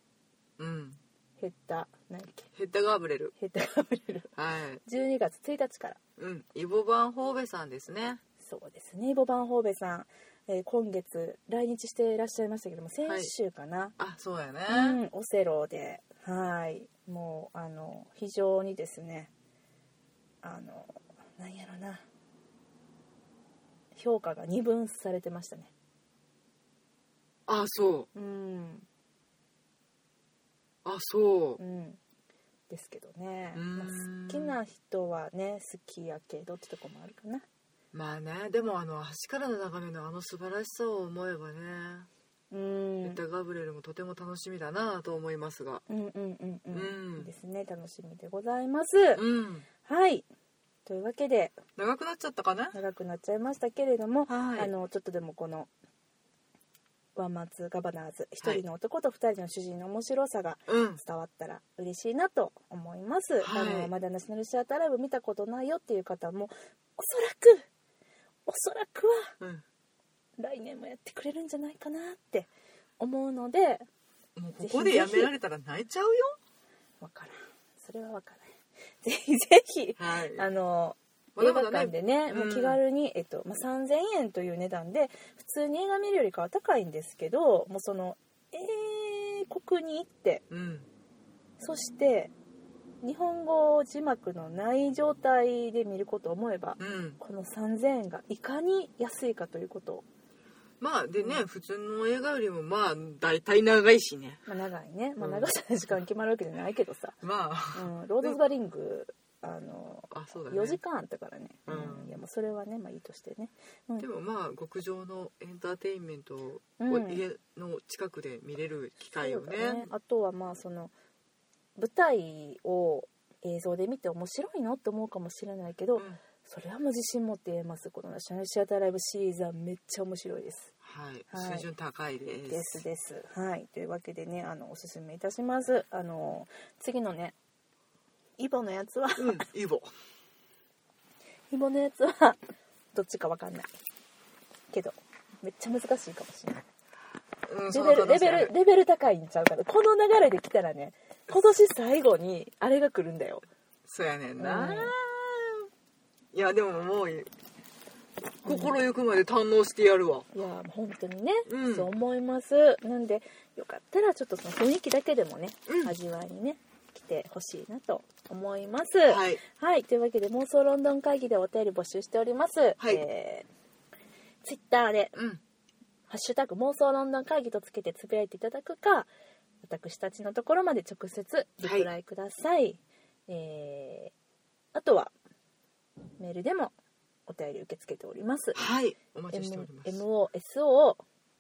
B: うん
A: ヘッダ何やっけ
B: ヘッダガーブレル
A: ヘッダがぶれる
B: はい
A: 12月1日から
B: うんイボ・バンホーベさんですね
A: そうですねイボ・バンホーベさん、えー今月来日していらっしゃいましたけども先週かな、
B: あそうやね、
A: うん、オセロではいもうあの非常にですねあのなんやろな評価が二分されてましたね
B: あそう
A: うん、
B: あそうう、
A: ん、ですけどね、
B: うーん
A: まあ好きな人はね好きやけどってとこもあるかな
B: まあねでもあの橋からの眺めのあの素晴らしさを思えばね、
A: うん
B: ヘッダガーブレルもとても楽しみだなと思いますが
A: うんうんうんうん、
B: うん
A: ですね楽しみでございます、
B: うん
A: はいというわけで
B: 長くなっちゃったかな
A: 長くなっちゃいましたけれども、
B: はい
A: あのちょっとでもこのワンマンツーガバナーズ一人の男と二人の主人の面白さが
B: うん
A: 伝わったら嬉しいなと思います、
B: はい
A: あのまだナショナルシアターライブ見たことないよっていう方もおそらくおそらくは
B: うん
A: 来年もやってくれるんじゃないかなって思うので
B: もうここでやめられたら泣いちゃうよ
A: わからんそれはわからん ぜひぜひ
B: はい
A: あの
B: ま
A: 映
B: だ
A: 画
B: まだ
A: 館
B: ね
A: でね、もう
B: うん
A: 気軽に、えっとまあ、3000円という値段で普通に映画見るよりかは高いんですけどもうその英国に行って
B: うん
A: そして日本語字幕のない状態で見ることを思えば
B: うん
A: この3000円がいかに安いかということを、
B: まあでね、
A: う
B: 普通の映画よりもまあ大体長いしね
A: まあ、長いね、まあ、
B: うん
A: 長さの時間決まるわけじゃないけどさ、
B: まあ
A: うん、ロード・ズ・バリングあの
B: あそうだね
A: 4時間あったからね、
B: うん
A: いやもうそれはね、まあ、いいとしてね、
B: でもまあ極上のエンターテインメントを
A: うん
B: 家の近くで見れる機会
A: そ
B: を
A: うだ
B: ね,、
A: あとはまあその舞台を映像で見て面白いのって思うかもしれないけど、
B: うん
A: それはもう自信持って言えますこのナショナルシアターライブシーズンめっちゃ面白いです。
B: はい、
A: はい
B: 水準高いです
A: ですです。はいというわけでねあのおすすめいたします。あの次のねイボのやつは
B: うんイボ
A: イボのやつはどっちかわかんないけどめっちゃ難しいかもしれない。
B: うん
A: レ
B: そ
A: ベルレ
B: の可能性
A: ベ
B: あ
A: ル
B: る
A: レベル高いんちゃうからこの流れで来たらね今年最後にあれが来るんだよ。
B: そうやねんな、
A: うん
B: いやでももう心ゆくまで堪能してやるわ
A: いやもう本当にね、
B: うん
A: そう思いますなんでよかったらちょっとその雰囲気だけでもね、
B: うん
A: 味わいにね来てほしいなと思います、
B: はいい
A: というわけで妄想ロンドン会議でお便り募集しております、
B: はい
A: えー、ツイッターで
B: うん
A: 「ハッシュタグ妄想ロンドン会議」とつけてつぶやいていただくか私たちのところまで直接リプライください、えーあとはメールでもお便り受け付けております
B: はいお待ちしてお
A: M-
B: ります、
A: MOSO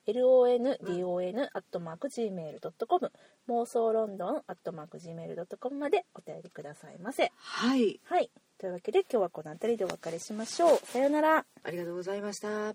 A: LONDON アットマーク Gmail.com 妄想ロンドンアットマーク Gmail.com までお便りくださいませ
B: はい
A: はいというわけで今日はこの辺りでお別れしましょうさようなら
B: ありがとうございました